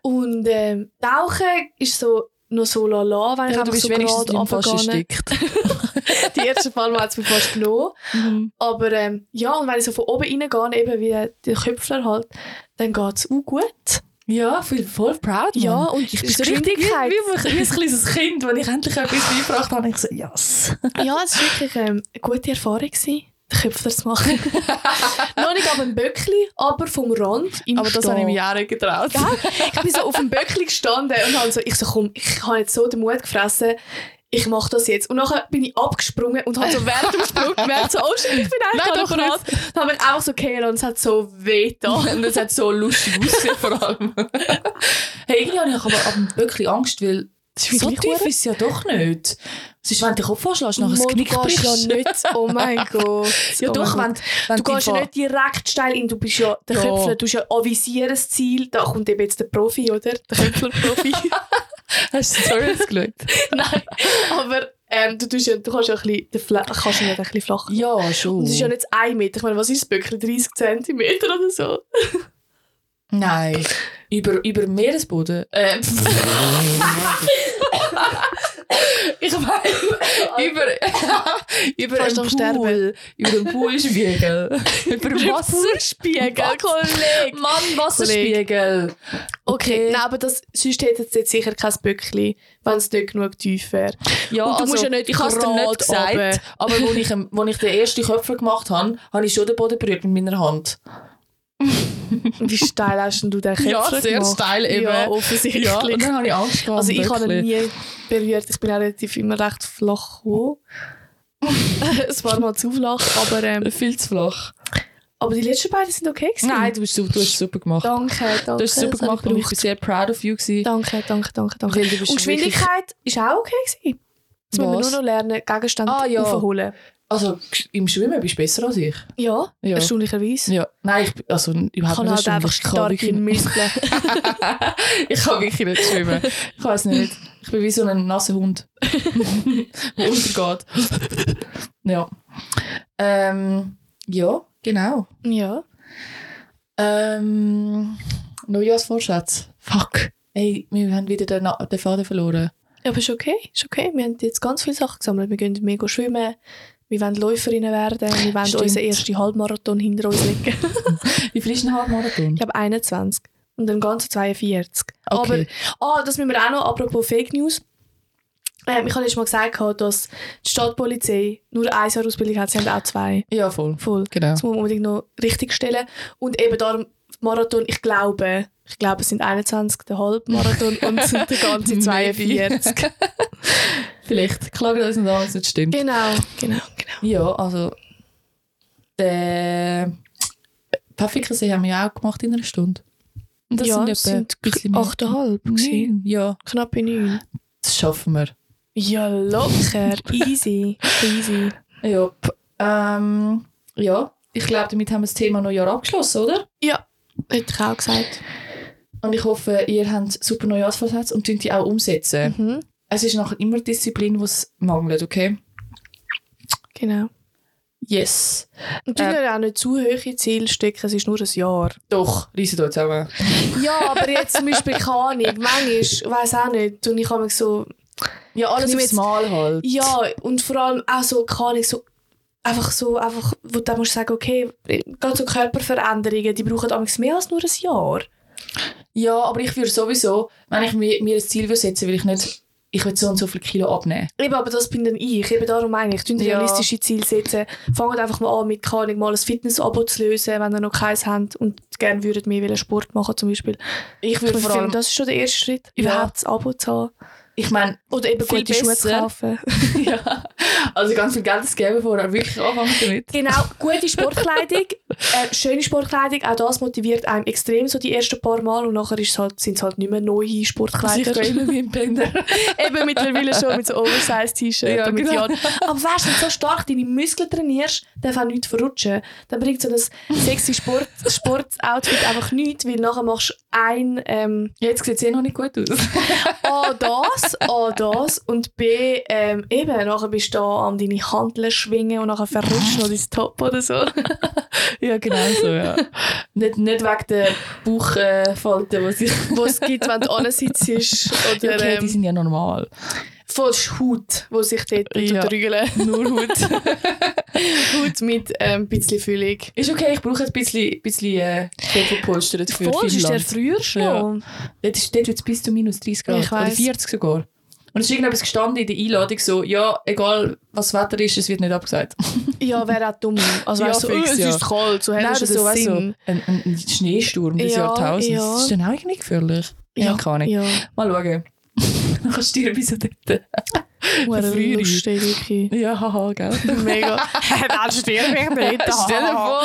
Speaker 1: Und ähm, Tauchen ist so noch so lala, wenn ich
Speaker 2: ja,
Speaker 1: einfach
Speaker 2: du bist
Speaker 1: so
Speaker 2: wenigstens
Speaker 1: gerade
Speaker 2: im Fass
Speaker 1: runtergehe.
Speaker 2: erstickt.
Speaker 1: Die ersten Mal hat es mir fast genommen.
Speaker 2: Mhm.
Speaker 1: Aber ähm, ja, und wenn ich so von oben reingehe, eben wie der Köpfler halt, dann geht es auch gut.
Speaker 2: Ja, ich bin voll proud. Mann.
Speaker 1: Ja, und
Speaker 2: ich bin
Speaker 1: die
Speaker 2: so richtig wie,
Speaker 1: Geschwindigkeit.
Speaker 2: wie, wie ein kleines Kind, wenn ich endlich etwas beigebracht habe. Ich so, yes.
Speaker 1: Ja, es war wirklich ähm, eine gute Erfahrung, gewesen, den Köpfler zu machen. Noch nicht ab dem Böckli, aber vom Rand im Stehen.
Speaker 2: Jahren getraut.
Speaker 1: Ich bin so auf dem Böckli gestanden und habe so, ich so, komm, ich habe jetzt so den Mut gefressen, ich mache das jetzt. Und nachher bin ich abgesprungen und habe so während dem Sprung gemerkt, so, oh shit, ich bin eigentlich
Speaker 2: Nein,
Speaker 1: gerade
Speaker 2: doch
Speaker 1: noch gerade. Dann habe ich einfach so gehört und es hat so weh getan.
Speaker 2: Und es hat so lustig ausgesehen, vor allem. hey, irgendwie habe ich aber ab wirklich Angst, weil so tief ist es ja doch nicht. Es ist, wenn du den Kopf anschlägst, nachher das
Speaker 1: Mo, du
Speaker 2: Knick
Speaker 1: gehst
Speaker 2: brichst.
Speaker 1: ja nicht, oh mein Gott.
Speaker 2: Ja,
Speaker 1: Oh
Speaker 2: doch,
Speaker 1: mein
Speaker 2: wenn, wenn
Speaker 1: Du gehst ja nicht direkt steil in, du bist ja der
Speaker 2: Ja.
Speaker 1: Köpfler, du hast ja avisieren das Ziel, da kommt eben jetzt der Profi, oder? Der Köpfler-Profi.
Speaker 2: Hast du Stories geschaut?
Speaker 1: Nein, aber ähm, du, tust ja, du kannst ja ein bisschen, den Fla kannst ja nicht ein bisschen flacher.
Speaker 2: Ja,
Speaker 1: Und
Speaker 2: schon.
Speaker 1: es ist ja nicht ein Meter, ich meine, was ist das Böckchen, 30 cm oder so?
Speaker 2: Nein. Über, über den Meeresboden. Äh, ich meine, über, über
Speaker 1: Kannst
Speaker 2: einen
Speaker 1: doch
Speaker 2: Pool.
Speaker 1: sterben.
Speaker 2: Über den Poolspiegel. über Wasser.
Speaker 1: Wasserspiegel,
Speaker 2: Was?
Speaker 1: Kollege!
Speaker 2: Mann, Wasserspiegel.
Speaker 1: Okay, nein, aber das, sonst hätte es jetzt sicher kein Böckchen, wenn es nicht genug tief wäre.
Speaker 2: Ja,
Speaker 1: Und du musst ja nicht
Speaker 2: ich habe es dir
Speaker 1: gerade
Speaker 2: nicht gesagt,
Speaker 1: runter.
Speaker 2: aber als ich, wo ich den ersten Köpfer gemacht habe, habe ich schon den Boden berührt mit meiner Hand.
Speaker 1: Wie steil hast denn du den Köpfchen gemacht?
Speaker 2: steil
Speaker 1: Ja,
Speaker 2: Ja, oh,
Speaker 1: offensichtlich.
Speaker 2: und dann habe ich Angst gehabt.
Speaker 1: Also ich habe ihn
Speaker 2: wirklich.
Speaker 1: nie berührt. Ich bin auch relativ immer recht flach gekommen. es war mal zu flach, aber, ähm,
Speaker 2: Viel zu flach.
Speaker 1: aber die letzten beiden sind okay gewesen.
Speaker 2: Nein, du, bist, super- du hast es super gemacht.
Speaker 1: danke, danke.
Speaker 2: Du hast es super
Speaker 1: das habe ich
Speaker 2: gemacht und ich
Speaker 1: gebraucht.
Speaker 2: war sehr proud of you. Gewesen.
Speaker 1: Danke, danke, danke, danke.
Speaker 2: Weil du bist
Speaker 1: Und Geschwindigkeit war auch okay. Gewesen. Jetzt müssen wir
Speaker 2: Was?
Speaker 1: nur noch lernen, Gegenstände
Speaker 2: Ah, ja.
Speaker 1: aufholen.
Speaker 2: Also im Schwimmen bist du besser als ich.
Speaker 1: Ja,
Speaker 2: Ja.
Speaker 1: erstaunlicherweise.
Speaker 2: Ja. Nein, ich bin- also
Speaker 1: Ich
Speaker 2: überhaupt
Speaker 1: kann
Speaker 2: nicht
Speaker 1: halt einfach
Speaker 2: Ich kann
Speaker 1: stark
Speaker 2: wirklich
Speaker 1: in Muskeln.
Speaker 2: Ich kann wirklich nicht schwimmen. Ich weiß nicht. Ich bin wie so ein nasser Hund, der untergeht. ja. Ähm, ja, genau.
Speaker 1: ja.
Speaker 2: Ähm, Neujahrsvorsätze. Fuck. Ey, wir haben wieder den, Na- den Faden verloren.
Speaker 1: Ja, aber ist okay, ist okay. Wir haben jetzt ganz viele Sachen gesammelt. Wir gehen mega schwimmen, wir wollen Läuferinnen werden, wir wollen
Speaker 2: Stimmt.
Speaker 1: unseren ersten Halbmarathon hinter uns legen.
Speaker 2: Wie viel ist ein Halbmarathon?
Speaker 1: Ich habe 21 und dann ganze 42. Aber ah, das müssen wir auch noch, apropos Fake News. Ähm, ich habe letztes Mal gesagt, gehabt, dass die Stadtpolizei nur ein Jahr Ausbildung hat, sie haben auch zwei.
Speaker 2: ja, voll.
Speaker 1: Voll.
Speaker 2: Genau.
Speaker 1: Das muss man unbedingt noch richtig stellen. Und eben darum, Marathon, ich glaube, ich glaube, es sind 21, der Halbmarathon und es sind der ganze
Speaker 2: Maybe.
Speaker 1: 42.
Speaker 2: Vielleicht. Klagen uns nicht an, wenn es nicht stimmt.
Speaker 1: genau, genau, genau.
Speaker 2: Ja, also den Pfaffikernsee haben wir ja auch gemacht in einer Stunde. Und das
Speaker 1: ja,
Speaker 2: sind
Speaker 1: es
Speaker 2: etwa
Speaker 1: sind
Speaker 2: ein bisschen mehr.
Speaker 1: 8,5 gewesen.
Speaker 2: Nein, Ja,
Speaker 1: Knappe 9.
Speaker 2: das schaffen wir.
Speaker 1: Ja, locker. Easy. Easy.
Speaker 2: Ja, p- ähm, ja. ich glaube, damit haben wir das Thema Neujahr abgeschlossen, oder?
Speaker 1: Hätte ich auch gesagt.
Speaker 2: Und ich hoffe, ihr habt super Neujahrsvorsätze Ähm, und könnt die auch umsetzen.
Speaker 1: Mhm.
Speaker 2: Es ist nachher immer Disziplin, die es mangelt, okay?
Speaker 1: Genau.
Speaker 2: Yes.
Speaker 1: Und du
Speaker 2: Äh.
Speaker 1: äh. auch nicht zu hohe Ziele stecken, es ist nur ein Jahr.
Speaker 2: Doch, reisen hier zusammen.
Speaker 1: Ja, aber jetzt zum Beispiel keine Ahnung. Manchmal, weiß auch nicht. Und ich habe so,
Speaker 2: Ja, alles
Speaker 1: Ich nehme
Speaker 2: aufs
Speaker 1: jetzt-
Speaker 2: Mal halt.
Speaker 1: ja, und vor allem auch so, keine Ahnung, so, einfach so, einfach, wo du dann musst sagen, okay, gerade so Körperveränderungen, die brauchen manchmal mehr als nur ein Jahr.
Speaker 2: Ja, aber ich würde sowieso, wenn ich mir, mir ein Ziel würde setzen würde, ich nicht, ich will so und so viel Kilo abnehmen.
Speaker 1: Eben, aber das bin dann ich. Eben darum meine ich, tun
Speaker 2: Ja.
Speaker 1: realistische Ziele setzen. Fangt einfach mal an, mit keine Ahnung, mal ein Fitness-Abo zu lösen, wenn ihr noch keins habt und gerne würdet mehr wollen Sport machen zum Beispiel.
Speaker 2: Ich
Speaker 1: Ich
Speaker 2: würde vor
Speaker 1: finde,
Speaker 2: allem,
Speaker 1: das ist schon der erste Schritt,
Speaker 2: Ja.
Speaker 1: überhaupt ein Abo zu haben.
Speaker 2: ich meine,
Speaker 1: Oder eben
Speaker 2: Viel
Speaker 1: gute Schuhe zu
Speaker 2: besser.
Speaker 1: kaufen.
Speaker 2: ja, also ganz viel Geld geben vorher, wirklich anfangen damit.
Speaker 1: Genau, gute Sportkleidung, äh, schöne Sportkleidung, auch das motiviert einem extrem so die ersten paar Mal und nachher ist es halt, sind es halt nicht mehr neue
Speaker 2: Also ich
Speaker 1: Sportkleider.
Speaker 2: gehe immer mit dem Bänder.
Speaker 1: Eben mittlerweile schon mit so Oversize-T-Shirt.
Speaker 2: Ja,
Speaker 1: und mit
Speaker 2: genau.
Speaker 1: Jahren. Aber weißt du, wenn du so stark deine Muskeln trainierst, darf auch nichts verrutschen. Dann bringt so ein sexy Sport- Sportoutfit einfach nichts, weil nachher machst du ein, ähm,
Speaker 2: Jetzt sieht es eh noch nicht gut aus.
Speaker 1: A, das, A, das und B, ähm, eben, nachher bist du da am deine Handeln schwingen und nachher verrutscht noch dein Top oder so.
Speaker 2: ja, genau so, ja. nicht, nicht wegen der Bauchfalten, äh, die sich...
Speaker 1: Was es gibt, wenn du ansitzt oder
Speaker 2: Ja, okay, die
Speaker 1: ähm,
Speaker 2: sind ja normal.
Speaker 1: voll Haut, die sich dort
Speaker 2: Ja.
Speaker 1: drügeln.
Speaker 2: Nur Haut.
Speaker 1: Haut mit ähm, ein bisschen Füllung.
Speaker 2: Ist okay, ich brauche ein bisschen, bisschen äh, Körperpolster für
Speaker 1: Voll, das ist der
Speaker 2: Finnland.
Speaker 1: früher schon.
Speaker 2: Ja. Dort, ist- dort wird es bis zu minus 30 Grad.
Speaker 1: Ich
Speaker 2: oder
Speaker 1: weiss.
Speaker 2: 40 sogar. Und es ist irgendetwas gestanden in der Einladung so, ja, egal was das Wetter ist, es wird nicht abgesagt.
Speaker 1: Ja, wäre auch dumm. Also
Speaker 2: Ja,
Speaker 1: weißt du, so,
Speaker 2: fix,
Speaker 1: äh, es
Speaker 2: ja.
Speaker 1: ist kalt, so
Speaker 2: Nein,
Speaker 1: hättest du
Speaker 2: das ist
Speaker 1: so,
Speaker 2: weißt du,
Speaker 1: Sinn.
Speaker 2: ein, ein, ein Schneesturm des
Speaker 1: Ja,
Speaker 2: Jahrtausends.
Speaker 1: ja.
Speaker 2: Das ist dann auch irgendwie gefährlich.
Speaker 1: Ja,
Speaker 2: Ja, keine Ahnung.
Speaker 1: Ja,
Speaker 2: Mal schauen. Dann kannst du dir bis dort.
Speaker 1: Hure
Speaker 2: Frühling.
Speaker 1: lustig, wirklich.
Speaker 2: Ja, haha, gell?
Speaker 1: Mega. Dann stirb ich nicht.
Speaker 2: Stell dir vor.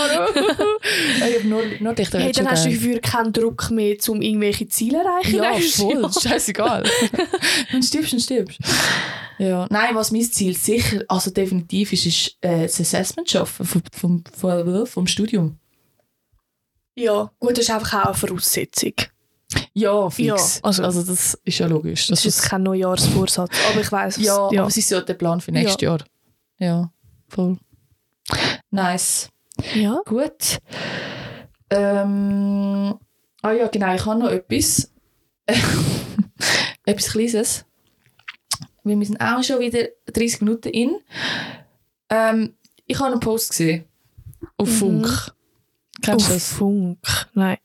Speaker 2: ich habe nur, nur dich da
Speaker 1: Hey,
Speaker 2: jetzt schon
Speaker 1: dann hast du
Speaker 2: gern.
Speaker 1: für keinen Druck mehr, um irgendwelche Ziele zu erreichen.
Speaker 2: Ja,
Speaker 1: nächstes
Speaker 2: voll.
Speaker 1: Jahr.
Speaker 2: Scheißegal. Wenn du stirbst, dann stirbst. Ja. Nein, was mein Ziel sicher, also definitiv ist, ist äh, das Assessment zu schaffen vom, vom, vom, vom Studium.
Speaker 1: Ja, gut, das ist einfach auch eine Voraussetzung. Ja,
Speaker 2: Ja, fix. also, also das ist ja logisch.
Speaker 1: Das ist jetzt kein Neujahrsvorsatz, aber ich weiss, was-
Speaker 2: ja, aber es ist ja der Plan für nächstes Jahr. Ja, voll. Nice.
Speaker 1: ja.
Speaker 2: Gut. Ähm, ah ja, genau, ich habe noch etwas. etwas Kleines. Weil Wir sind auch schon wieder 30 Minuten in. Ähm, ich habe einen Post gesehen. Auf
Speaker 1: Mhm.
Speaker 2: Funk. Kennst du
Speaker 1: Auf
Speaker 2: das?
Speaker 1: Funk. Nein.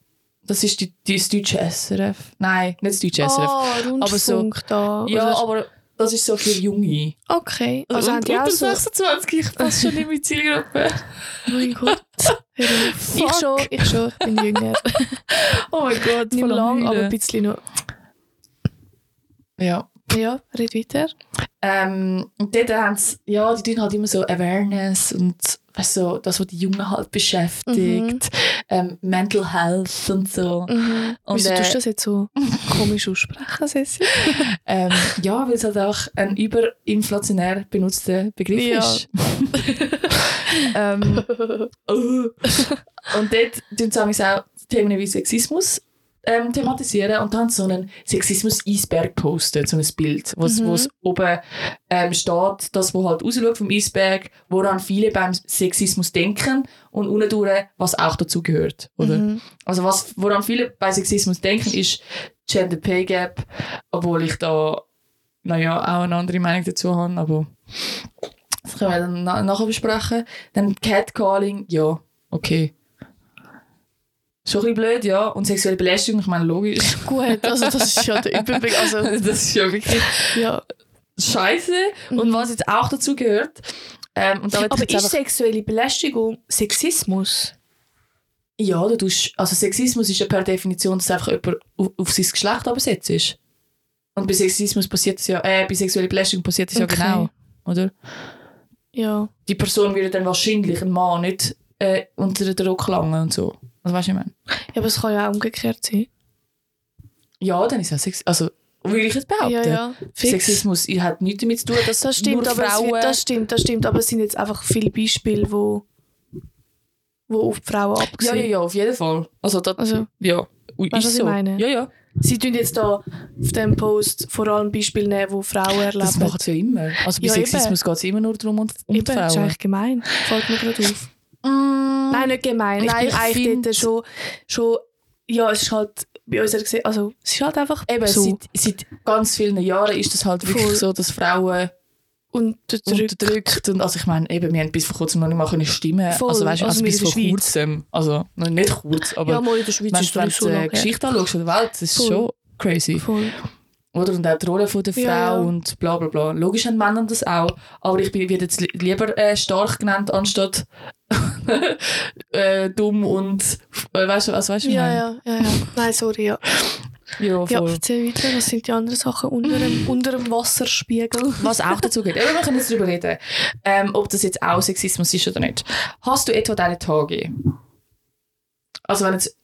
Speaker 2: Das ist die, die, das deutsche SRF. Nein, nicht das deutsche SRF.
Speaker 1: Ah, Rundfunk
Speaker 2: Aber so-
Speaker 1: da.
Speaker 2: ja,
Speaker 1: oder?
Speaker 2: aber das ist so für Junge.
Speaker 1: okay. Also
Speaker 2: Und-
Speaker 1: haben die
Speaker 2: unter
Speaker 1: auch so...
Speaker 2: 26, ich passe schon in meine Zielgruppe.
Speaker 1: oh Mein Gott. Hör auf.
Speaker 2: Fuck.
Speaker 1: Ich schon, ich schon, ich bin jünger.
Speaker 2: Oh mein Gott,
Speaker 1: Nicht mehr lang, aber ein
Speaker 2: bitte.
Speaker 1: bisschen noch.
Speaker 2: Ja.
Speaker 1: Ja, red weiter.
Speaker 2: Ähm, und dort haben sie, ja, die tun halt immer so Awareness und weißt, so, das, was die Jungen halt beschäftigt, ähm, Mental Health und so.
Speaker 1: Mhm.
Speaker 2: Und,
Speaker 1: Wieso
Speaker 2: äh,
Speaker 1: tust du das jetzt so komisch aussprechen, Sessi?
Speaker 2: Ähm, ja, weil es halt auch ein überinflationär benutzter Begriff
Speaker 1: Ja.
Speaker 2: ist. ähm, uh. und dort tun sie manchmal auch Themen wie Sexismus ähm, thematisieren und dann so einen Sexismus-Eisberg posten, so ein Bild, wo es
Speaker 1: Mhm.
Speaker 2: wo es oben ähm, steht, das, wo halt rausschaut vom Eisberg, woran viele beim Sexismus denken und unten durch, was auch dazu gehört. Oder?
Speaker 1: Mhm.
Speaker 2: Also was, woran viele bei Sexismus denken, ist Gender Pay Gap, obwohl ich da naja, auch eine andere Meinung dazu habe, aber das können wir dann na nachher besprechen. Dann Catcalling, ja, okay. Schon ein bisschen blöd, ja. Und sexuelle Belästigung, ich meine, logisch.
Speaker 1: Gut, also das ist ja der Überblick. Also,
Speaker 2: das ist ja wirklich
Speaker 1: ja.
Speaker 2: scheiße. Und was jetzt auch dazu gehört, ähm, und da will ich
Speaker 1: Aber
Speaker 2: jetzt
Speaker 1: ist
Speaker 2: einfach-
Speaker 1: sexuelle Belästigung Sexismus?
Speaker 2: ja, du tust, also Sexismus ist ja per Definition, dass einfach jemand auf, auf sein Geschlecht abgesetzt ist. Und bei Sexismus passiert es ja, äh, bei sexueller Belästigung passiert es
Speaker 1: Okay.
Speaker 2: ja genau, oder?
Speaker 1: Ja.
Speaker 2: Die Person würde dann wahrscheinlich, ein Mann, nicht äh, unter den Druck langen und so. Also weißt du, was ich meine?
Speaker 1: ja, aber es kann ja auch umgekehrt sein.
Speaker 2: Ja, dann ist es Sex, also würde ich jetzt behaupten.
Speaker 1: Ja, ja. Fix.
Speaker 2: Sexismus ich hat nichts damit zu tun, dass
Speaker 1: Das stimmt,
Speaker 2: nur
Speaker 1: aber es
Speaker 2: Frauen...
Speaker 1: wird, das stimmt, das stimmt, aber es sind jetzt einfach viele Beispiele, wo, wo auf die Frauen
Speaker 2: ja,
Speaker 1: abgesehen.
Speaker 2: ja, ja, auf jeden Fall. Also, das,
Speaker 1: Also,
Speaker 2: ja, Ui,
Speaker 1: Weißt du,
Speaker 2: ist
Speaker 1: was ich
Speaker 2: so.
Speaker 1: meine?
Speaker 2: Ja, ja.
Speaker 1: Sie tun jetzt da auf dem Post vor allem Beispiele nehmen, wo Frauen erleben.
Speaker 2: Das machen sie ja immer. Also bei
Speaker 1: Ja, eben.
Speaker 2: Sexismus geht es immer nur darum, unter
Speaker 1: Eben, das ist
Speaker 2: Frauen.
Speaker 1: eigentlich gemein. Fällt mir gerade auf.
Speaker 2: Mm,
Speaker 1: Nein, nicht gemein.
Speaker 2: Ich
Speaker 1: Ich Nein, bin
Speaker 2: bin- ich
Speaker 1: eigentlich
Speaker 2: find-
Speaker 1: dort schon, schon... Ja, es ist halt bei unserer... Gese- Also, es ist halt einfach
Speaker 2: Eben,
Speaker 1: so.
Speaker 2: seit, seit ganz vielen Jahren ist das halt wirklich
Speaker 1: Voll.
Speaker 2: so, dass Frauen
Speaker 1: Unterdrückt.
Speaker 2: unterdrückt und also ich meine, eben, wir haben bis vor kurzem noch nicht mal können stimmen.
Speaker 1: Voll.
Speaker 2: Also weißt du,
Speaker 1: Also
Speaker 2: also
Speaker 1: wir
Speaker 2: bis
Speaker 1: in der
Speaker 2: vor
Speaker 1: Schweiz.
Speaker 2: kurzem. Also nein, nicht kurz, aber
Speaker 1: Ja, mal in der Schweiz
Speaker 2: wenn
Speaker 1: ist
Speaker 2: du wenn
Speaker 1: es
Speaker 2: du
Speaker 1: so
Speaker 2: die
Speaker 1: noch.
Speaker 2: Geschichte anschaust der Welt, das ist
Speaker 1: Voll.
Speaker 2: schon crazy.
Speaker 1: Voll.
Speaker 2: Oder? Und auch die Rolle von der Frau
Speaker 1: Ja, ja.
Speaker 2: und bla bla bla. Logisch haben Männer das auch, aber ich bin- werde jetzt li- lieber äh, stark genannt, anstatt äh, dumm und äh, weißt du, also weißt du,
Speaker 1: Ja, ja, ja, ja. Nein, sorry, ja.
Speaker 2: ja. ja,
Speaker 1: Ja,
Speaker 2: voll.
Speaker 1: erzähl weiter, was sind die anderen Sachen unter dem, unter dem Wasserspiegel?
Speaker 2: Was auch dazu geht. Aber wir können jetzt darüber reden, ähm, ob das jetzt auch Sexismus ist oder nicht. Hast du etwa deine Tage? Also wenn jetzt,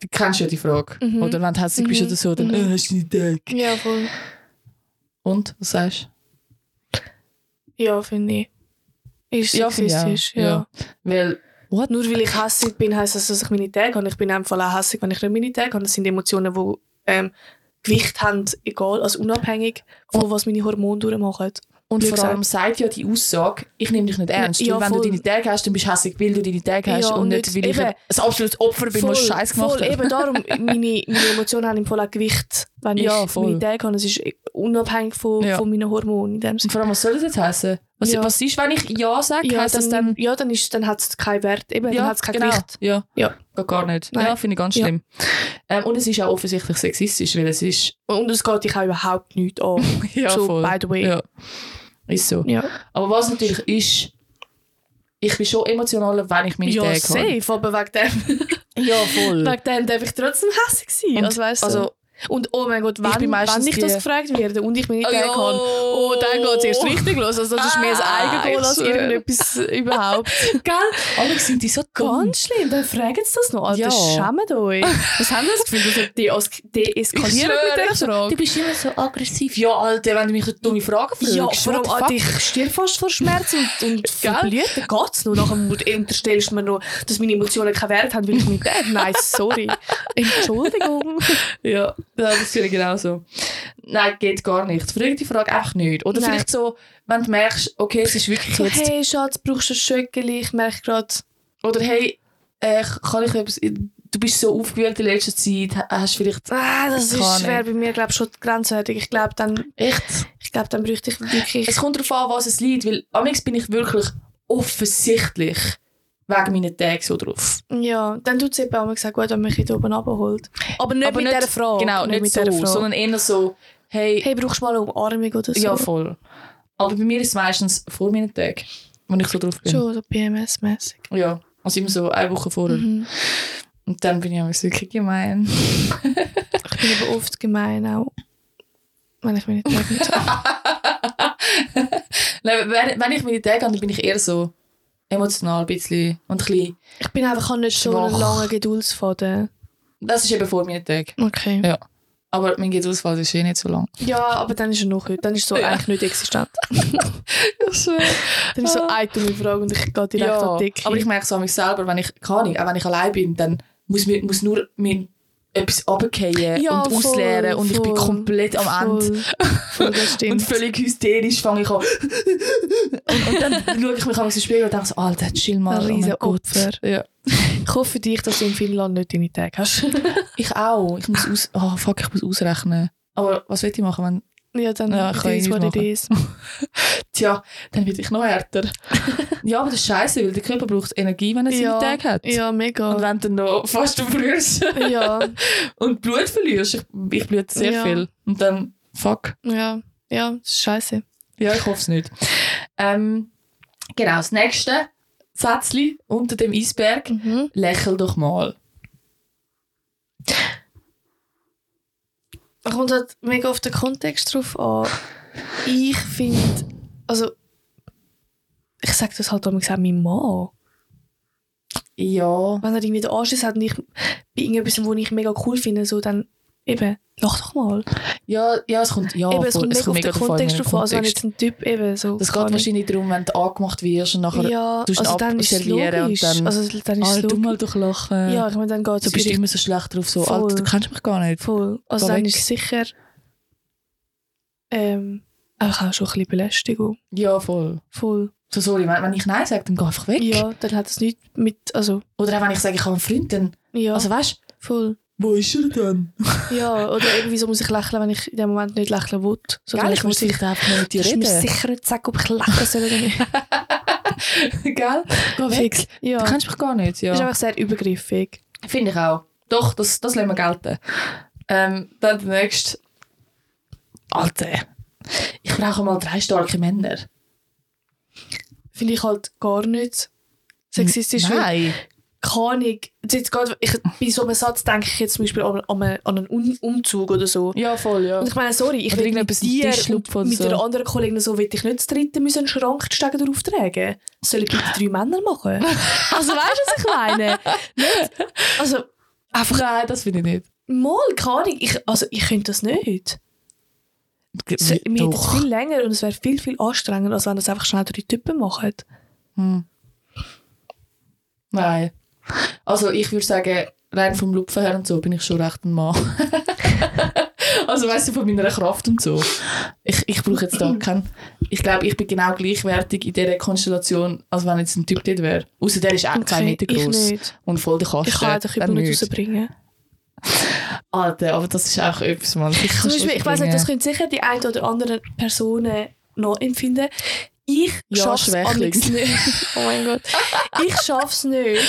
Speaker 2: du kennst ja die Frage.
Speaker 1: Mhm.
Speaker 2: Oder wenn du hässlich bist
Speaker 1: Mhm.
Speaker 2: oder so, dann
Speaker 1: Mhm.
Speaker 2: äh, hast du deine Tage.
Speaker 1: Ja, voll.
Speaker 2: Und, was sagst
Speaker 1: Ja, finde ich. Ist
Speaker 2: du? finde ich auch.
Speaker 1: sexistisch, ja.
Speaker 2: Weil, what?
Speaker 1: Nur weil ich hässlich bin, heisst das, dass ich meine Tage habe. Ich bin in dem Fall auch hässlich, wenn ich nicht meine Tage habe. Das sind Emotionen, die ähm, Gewicht haben, egal, also unabhängig von was meine Hormone durchmachen.
Speaker 2: Und
Speaker 1: Wie
Speaker 2: vor allem sagt ja die Aussage, ich nehme dich nicht ernst.
Speaker 1: Äh, Ja,
Speaker 2: weil wenn
Speaker 1: voll.
Speaker 2: du deine Tage hast, dann bist du hässlich, weil du deine Tage
Speaker 1: Ja,
Speaker 2: hast und,
Speaker 1: und
Speaker 2: nicht,
Speaker 1: nicht-
Speaker 2: weil ich
Speaker 1: eben.
Speaker 2: ein absolutes Opfer bin, was Scheiß gemacht
Speaker 1: voll,
Speaker 2: hat.
Speaker 1: eben darum, meine, meine Emotionen haben im Fall auch Gewicht, wenn
Speaker 2: Ja,
Speaker 1: ich
Speaker 2: voll.
Speaker 1: meine Tage habe. Es ist unabhängig von,
Speaker 2: Ja.
Speaker 1: von meinen Hormonen in dem Sinne.
Speaker 2: Und vor allem, was soll das jetzt heißen? Was,
Speaker 1: Ja.
Speaker 2: was ist, wenn ich Ja sage, heisst das dann...
Speaker 1: ja, dann, ist- dann hat es keinen Wert. Eben, dann hat es kein Gewicht.
Speaker 2: Ja. genau.
Speaker 1: Ja.
Speaker 2: Geht gar nicht.
Speaker 1: Nein.
Speaker 2: Ja, finde ich ganz
Speaker 1: Ja.
Speaker 2: schlimm. Ähm, und es ist auch offensichtlich sexistisch, weil es ist.
Speaker 1: Und es geht dich auch überhaupt nicht an.
Speaker 2: Ja,
Speaker 1: so, by the way.
Speaker 2: Ja. Ist so.
Speaker 1: Ja,
Speaker 2: Aber was natürlich ist, ich bin schon emotionaler, wenn ich meine
Speaker 1: ja
Speaker 2: Tage habe.
Speaker 1: safe, aber wegen dem,
Speaker 2: Ja, voll.
Speaker 1: wegen dem darf ich trotzdem hässlich sein.
Speaker 2: Und-
Speaker 1: Hm. also, weißt du.
Speaker 2: Also,
Speaker 1: und oh mein Gott, wenn
Speaker 2: bin meistens
Speaker 1: wenn ich das
Speaker 2: die-
Speaker 1: gefragt werde und ich meine
Speaker 2: Oh,
Speaker 1: Tage
Speaker 2: ja.
Speaker 1: habe, oh, dann geht es erst richtig los. Also das ist mehr das
Speaker 2: Ah,
Speaker 1: Eigengoal
Speaker 2: ich
Speaker 1: als
Speaker 2: schwöre.
Speaker 1: irgendetwas überhaupt. Gell?
Speaker 2: Alex, Oh, sind die so dumm?
Speaker 1: Ganz schlimm, dann fragen sie das noch. Alter,
Speaker 2: Ja.
Speaker 1: schämt euch. Was haben das Gefühl, dass ihr dees-
Speaker 2: Ich
Speaker 1: deeskaliert
Speaker 2: schwöre,
Speaker 1: mit
Speaker 2: ich
Speaker 1: dieser Frage?
Speaker 2: Du bist immer so aggressiv. Ja, Alter, wenn du mich eine dumme Frage fragst.
Speaker 1: Ja,
Speaker 2: what
Speaker 1: vor allem
Speaker 2: the
Speaker 1: an
Speaker 2: fuck?
Speaker 1: dich stirb fast vor Schmerz und, und
Speaker 2: Gell?
Speaker 1: verblüht, dann geht's noch. Nachher mu- unterstellst du mir noch, dass meine Emotionen keinen Wert haben, weil ich mit dem... Nein, sorry. Entschuldigung.
Speaker 2: Ja, das fühle ich genauso. Nein, geht gar nicht. Frag die Frage einfach nicht. Oder
Speaker 1: Nein.
Speaker 2: vielleicht so, wenn du merkst, okay, es ist wirklich
Speaker 1: So,
Speaker 2: jetzt...
Speaker 1: hey Schatz, brauchst du ein Schöckeli? Ich merke gerade...
Speaker 2: Oder hey, äh, kann ich etwas... Du bist so aufgewühlt in letzter Zeit. ha- Hast vielleicht...
Speaker 1: Ah, das
Speaker 2: Ich kann
Speaker 1: ist schwer
Speaker 2: nicht.
Speaker 1: bei mir, glaube ich, schon grenzwertig. Ich glaube, dann,
Speaker 2: Echt?
Speaker 1: ich glaub, dann bräuchte ich wirklich...
Speaker 2: Es kommt darauf an, was es liegt. Weil amigs bin ich wirklich offensichtlich wegen meinen Tagen so drauf.
Speaker 1: ja, dann tut es eben auch mal gesagt, gut, wenn mich hier oben abholt. Aber nicht
Speaker 2: Aber
Speaker 1: mit
Speaker 2: nicht-
Speaker 1: dieser Frage.
Speaker 2: genau, nicht, so,
Speaker 1: dieser Frage.
Speaker 2: sondern eher so... Hey,
Speaker 1: hey, brauchst du mal eine Umarmung oder so?
Speaker 2: ja voll. Aber bei mir ist es meistens vor meinen Tagen, wenn ich so drauf bin.
Speaker 1: Schon so PMS-mäßig.
Speaker 2: Ja, also immer so eine Woche vorher.
Speaker 1: Mhm.
Speaker 2: Und dann bin ich amigs wirklich gemein.
Speaker 1: Ich bin aber oft gemein auch. Wenn ich mich nicht mag, nicht so.
Speaker 2: Nein, wenn, wenn ich meine Tage habe, dann bin ich eher so emotional ein bisschen und ein bisschen...
Speaker 1: Ich bin einfach auch nicht so
Speaker 2: Schwach.
Speaker 1: einen langen Geduldsfaden.
Speaker 2: Das ist eben vor meinen Tagen.
Speaker 1: Okay.
Speaker 2: Ja. Aber mein Geduldsphase ist eh nicht so lang.
Speaker 1: Ja, aber dann ist er noch heute. Dann ist so
Speaker 2: Ja.
Speaker 1: eigentlich nicht existent.
Speaker 2: ja,
Speaker 1: Dann ist so
Speaker 2: Ah.
Speaker 1: eine dumme Frage und ich gehe direkt an die Decke.
Speaker 2: aber ich merke es an mich selber, wenn ich, keine Ahnung, auch wenn ich allein bin, dann muss, mir, muss nur mir etwas runterfallen
Speaker 1: Ja,
Speaker 2: und
Speaker 1: voll,
Speaker 2: ausleeren und ich bin
Speaker 1: voll,
Speaker 2: komplett am Ende.
Speaker 1: Voll. Voll, das
Speaker 2: Und
Speaker 1: stimmt.
Speaker 2: völlig hysterisch fange ich an. und, und dann schaue ich mich an den Spiegel und denke so, Alter, chill
Speaker 1: Ein
Speaker 2: mal. oh mein
Speaker 1: riesen
Speaker 2: Gott.
Speaker 1: Opfer.
Speaker 2: Ja.
Speaker 1: Ich hoffe für dich, dass du in Finnland nicht deine Tage hast.
Speaker 2: Ich auch. Ich muss aus... Oh, fuck, ich muss ausrechnen. Aber was will ich machen, wenn...
Speaker 1: ja, dann
Speaker 2: Ja,
Speaker 1: it
Speaker 2: kann ich
Speaker 1: is
Speaker 2: nicht
Speaker 1: what it
Speaker 2: machen.
Speaker 1: is.
Speaker 2: Tja, dann werde ich noch härter. ja, aber das ist scheiße, weil der Körper braucht Energie, wenn er seine
Speaker 1: Ja,
Speaker 2: Tage hat.
Speaker 1: Ja,
Speaker 2: Und
Speaker 1: mega.
Speaker 2: wenn du noch fast frierst
Speaker 1: Ja,
Speaker 2: und Blut verlierst, ich, ich blute sehr
Speaker 1: Ja.
Speaker 2: viel. Und dann, fuck.
Speaker 1: ja, ja, das ist scheiße.
Speaker 2: Ja, ich hoffe es nicht. Ähm, genau, das nächste Sätzchen unter dem Eisberg.
Speaker 1: Mhm.
Speaker 2: Lächel doch mal.
Speaker 1: Da kommt halt mega auf den Kontext drauf an. Ich finde, also, ich sage das halt auch gesagt, mein Mann.
Speaker 2: Ja.
Speaker 1: Wenn er irgendwie den Anschluss hat und ich bei irgendetwas, wo ich mega cool finde, so, dann Eben, lach doch mal.
Speaker 2: Ja, ja, es kommt, ja,
Speaker 1: eben, es
Speaker 2: voll,
Speaker 1: kommt nicht auf den
Speaker 2: mega davon, in
Speaker 1: Kontext
Speaker 2: welchem
Speaker 1: drauf an. Also wenn
Speaker 2: Kontext.
Speaker 1: jetzt ein Typ eben so...
Speaker 2: Das
Speaker 1: keine
Speaker 2: geht wahrscheinlich darum, wenn du angemacht wirst und nachher
Speaker 1: ja,
Speaker 2: tust ihn
Speaker 1: also dann ist es
Speaker 2: abservieren und
Speaker 1: logisch.
Speaker 2: dann-
Speaker 1: also dann ist
Speaker 2: ah,
Speaker 1: es
Speaker 2: du
Speaker 1: logisch.
Speaker 2: mal durchlachen.
Speaker 1: Ja, ich meine, dann geht
Speaker 2: du
Speaker 1: es
Speaker 2: bist immer so schlecht drauf, so,
Speaker 1: Voll.
Speaker 2: Alter, du kennst mich gar nicht.
Speaker 1: voll. Also
Speaker 2: Geh
Speaker 1: dann
Speaker 2: weg.
Speaker 1: ist es sicher ähm, einfach auch schon ein bisschen Belästigung.
Speaker 2: Ja, voll.
Speaker 1: Voll.
Speaker 2: So, sorry, wenn, wenn ich Nein sage, dann geh einfach weg.
Speaker 1: Ja, dann hat es nichts mit... Also,
Speaker 2: Oder auch wenn ich sage, ich habe einen Freund, dann,
Speaker 1: ja,
Speaker 2: also weißt du,
Speaker 1: voll.
Speaker 2: wo ist er denn?
Speaker 1: Ja, oder eben, wieso muss ich lächeln, wenn ich in dem Moment nicht lächeln will? So,
Speaker 2: Gell,
Speaker 1: dann
Speaker 2: ich muss
Speaker 1: mir
Speaker 2: vielleicht einfach mal mit dir
Speaker 1: sicher- Ich muss
Speaker 2: reden.
Speaker 1: sicher nicht sagen, ob ich lächeln soll oder nicht.
Speaker 2: Gell? Geh weg.
Speaker 1: Fix. Ja.
Speaker 2: Du
Speaker 1: Das
Speaker 2: kennst mich gar nicht, ja.
Speaker 1: ist einfach sehr übergriffig.
Speaker 2: Finde ich auch. Doch, das, das lassen wir gelten. Ähm, dann der nächste. Alter, ich brauche mal drei starke Männer.
Speaker 1: Finde ich halt gar nicht sexistisch. weil-
Speaker 2: Nein.
Speaker 1: keine Ahnung. Jetzt gerade, ich, bei so einem Satz denke ich jetzt zum Beispiel an, an, einen- an einen Un- Umzug oder so.
Speaker 2: Ja, voll, ja.
Speaker 1: Und ich meine, sorry, ich will
Speaker 2: Oder
Speaker 1: mit
Speaker 2: irgendetwas in den
Speaker 1: dir
Speaker 2: Tisch
Speaker 1: und
Speaker 2: lupfen oder
Speaker 1: mit
Speaker 2: so.
Speaker 1: einer anderen Kollegin so, will ich nicht zu dritten müssen einen Schrank zu steigen darauf tragen. Das sollen bitte drei Männer machen. Also weißt du, was ich meine? Nicht? Also,
Speaker 2: Einfach, nein, das finde ich nicht.
Speaker 1: mal, keine Ahnung. Ich, also, ich könnte das nicht. Es, mir hätte es viel länger und es wäre viel, viel anstrengender, als wenn das einfach schnell drei Typen machen.
Speaker 2: Hm. Nein. Also ich würde sagen, rein vom Lupfen her und so bin ich schon recht ein Mann. also weißt du, von meiner Kraft und so. Ich, ich brauche jetzt da keinen... Ich glaube, ich bin genau gleichwertig in dieser Konstellation, als wenn jetzt ein Typ dort wäre. Außer der ist auch zwei Meter
Speaker 1: ich
Speaker 2: groß
Speaker 1: nicht.
Speaker 2: und voll der Kasten.
Speaker 1: Ich kann den Kübel
Speaker 2: Dann
Speaker 1: nicht rausbringen.
Speaker 2: Alter, aber das ist auch etwas, man. Ich,
Speaker 1: Zum Beispiel, ich weiß nicht, das können sicher die eine oder andere Personen noch empfinden. Ich
Speaker 2: Ja,
Speaker 1: schaff's
Speaker 2: Schwächling.
Speaker 1: amigs nicht. Oh mein Gott. Ich schaff's nicht.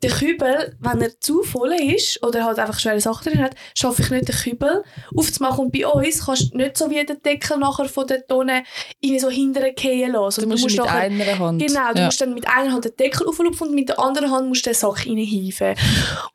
Speaker 1: Den Kübel, wenn er zu voll ist oder halt einfach schwere Sachen drin hat, schaffe ich nicht den Kübel aufzumachen. Und bei uns kannst du nicht so wie den Deckel nachher von der Tonne irgendwie so hinterher fallen lassen. Also
Speaker 2: Du musst, mit
Speaker 1: nachher-
Speaker 2: einer Hand...
Speaker 1: Genau, du
Speaker 2: ja.
Speaker 1: musst dann mit einer Hand den Deckel auflupfen und mit der anderen Hand musst du den Sack reinhieven.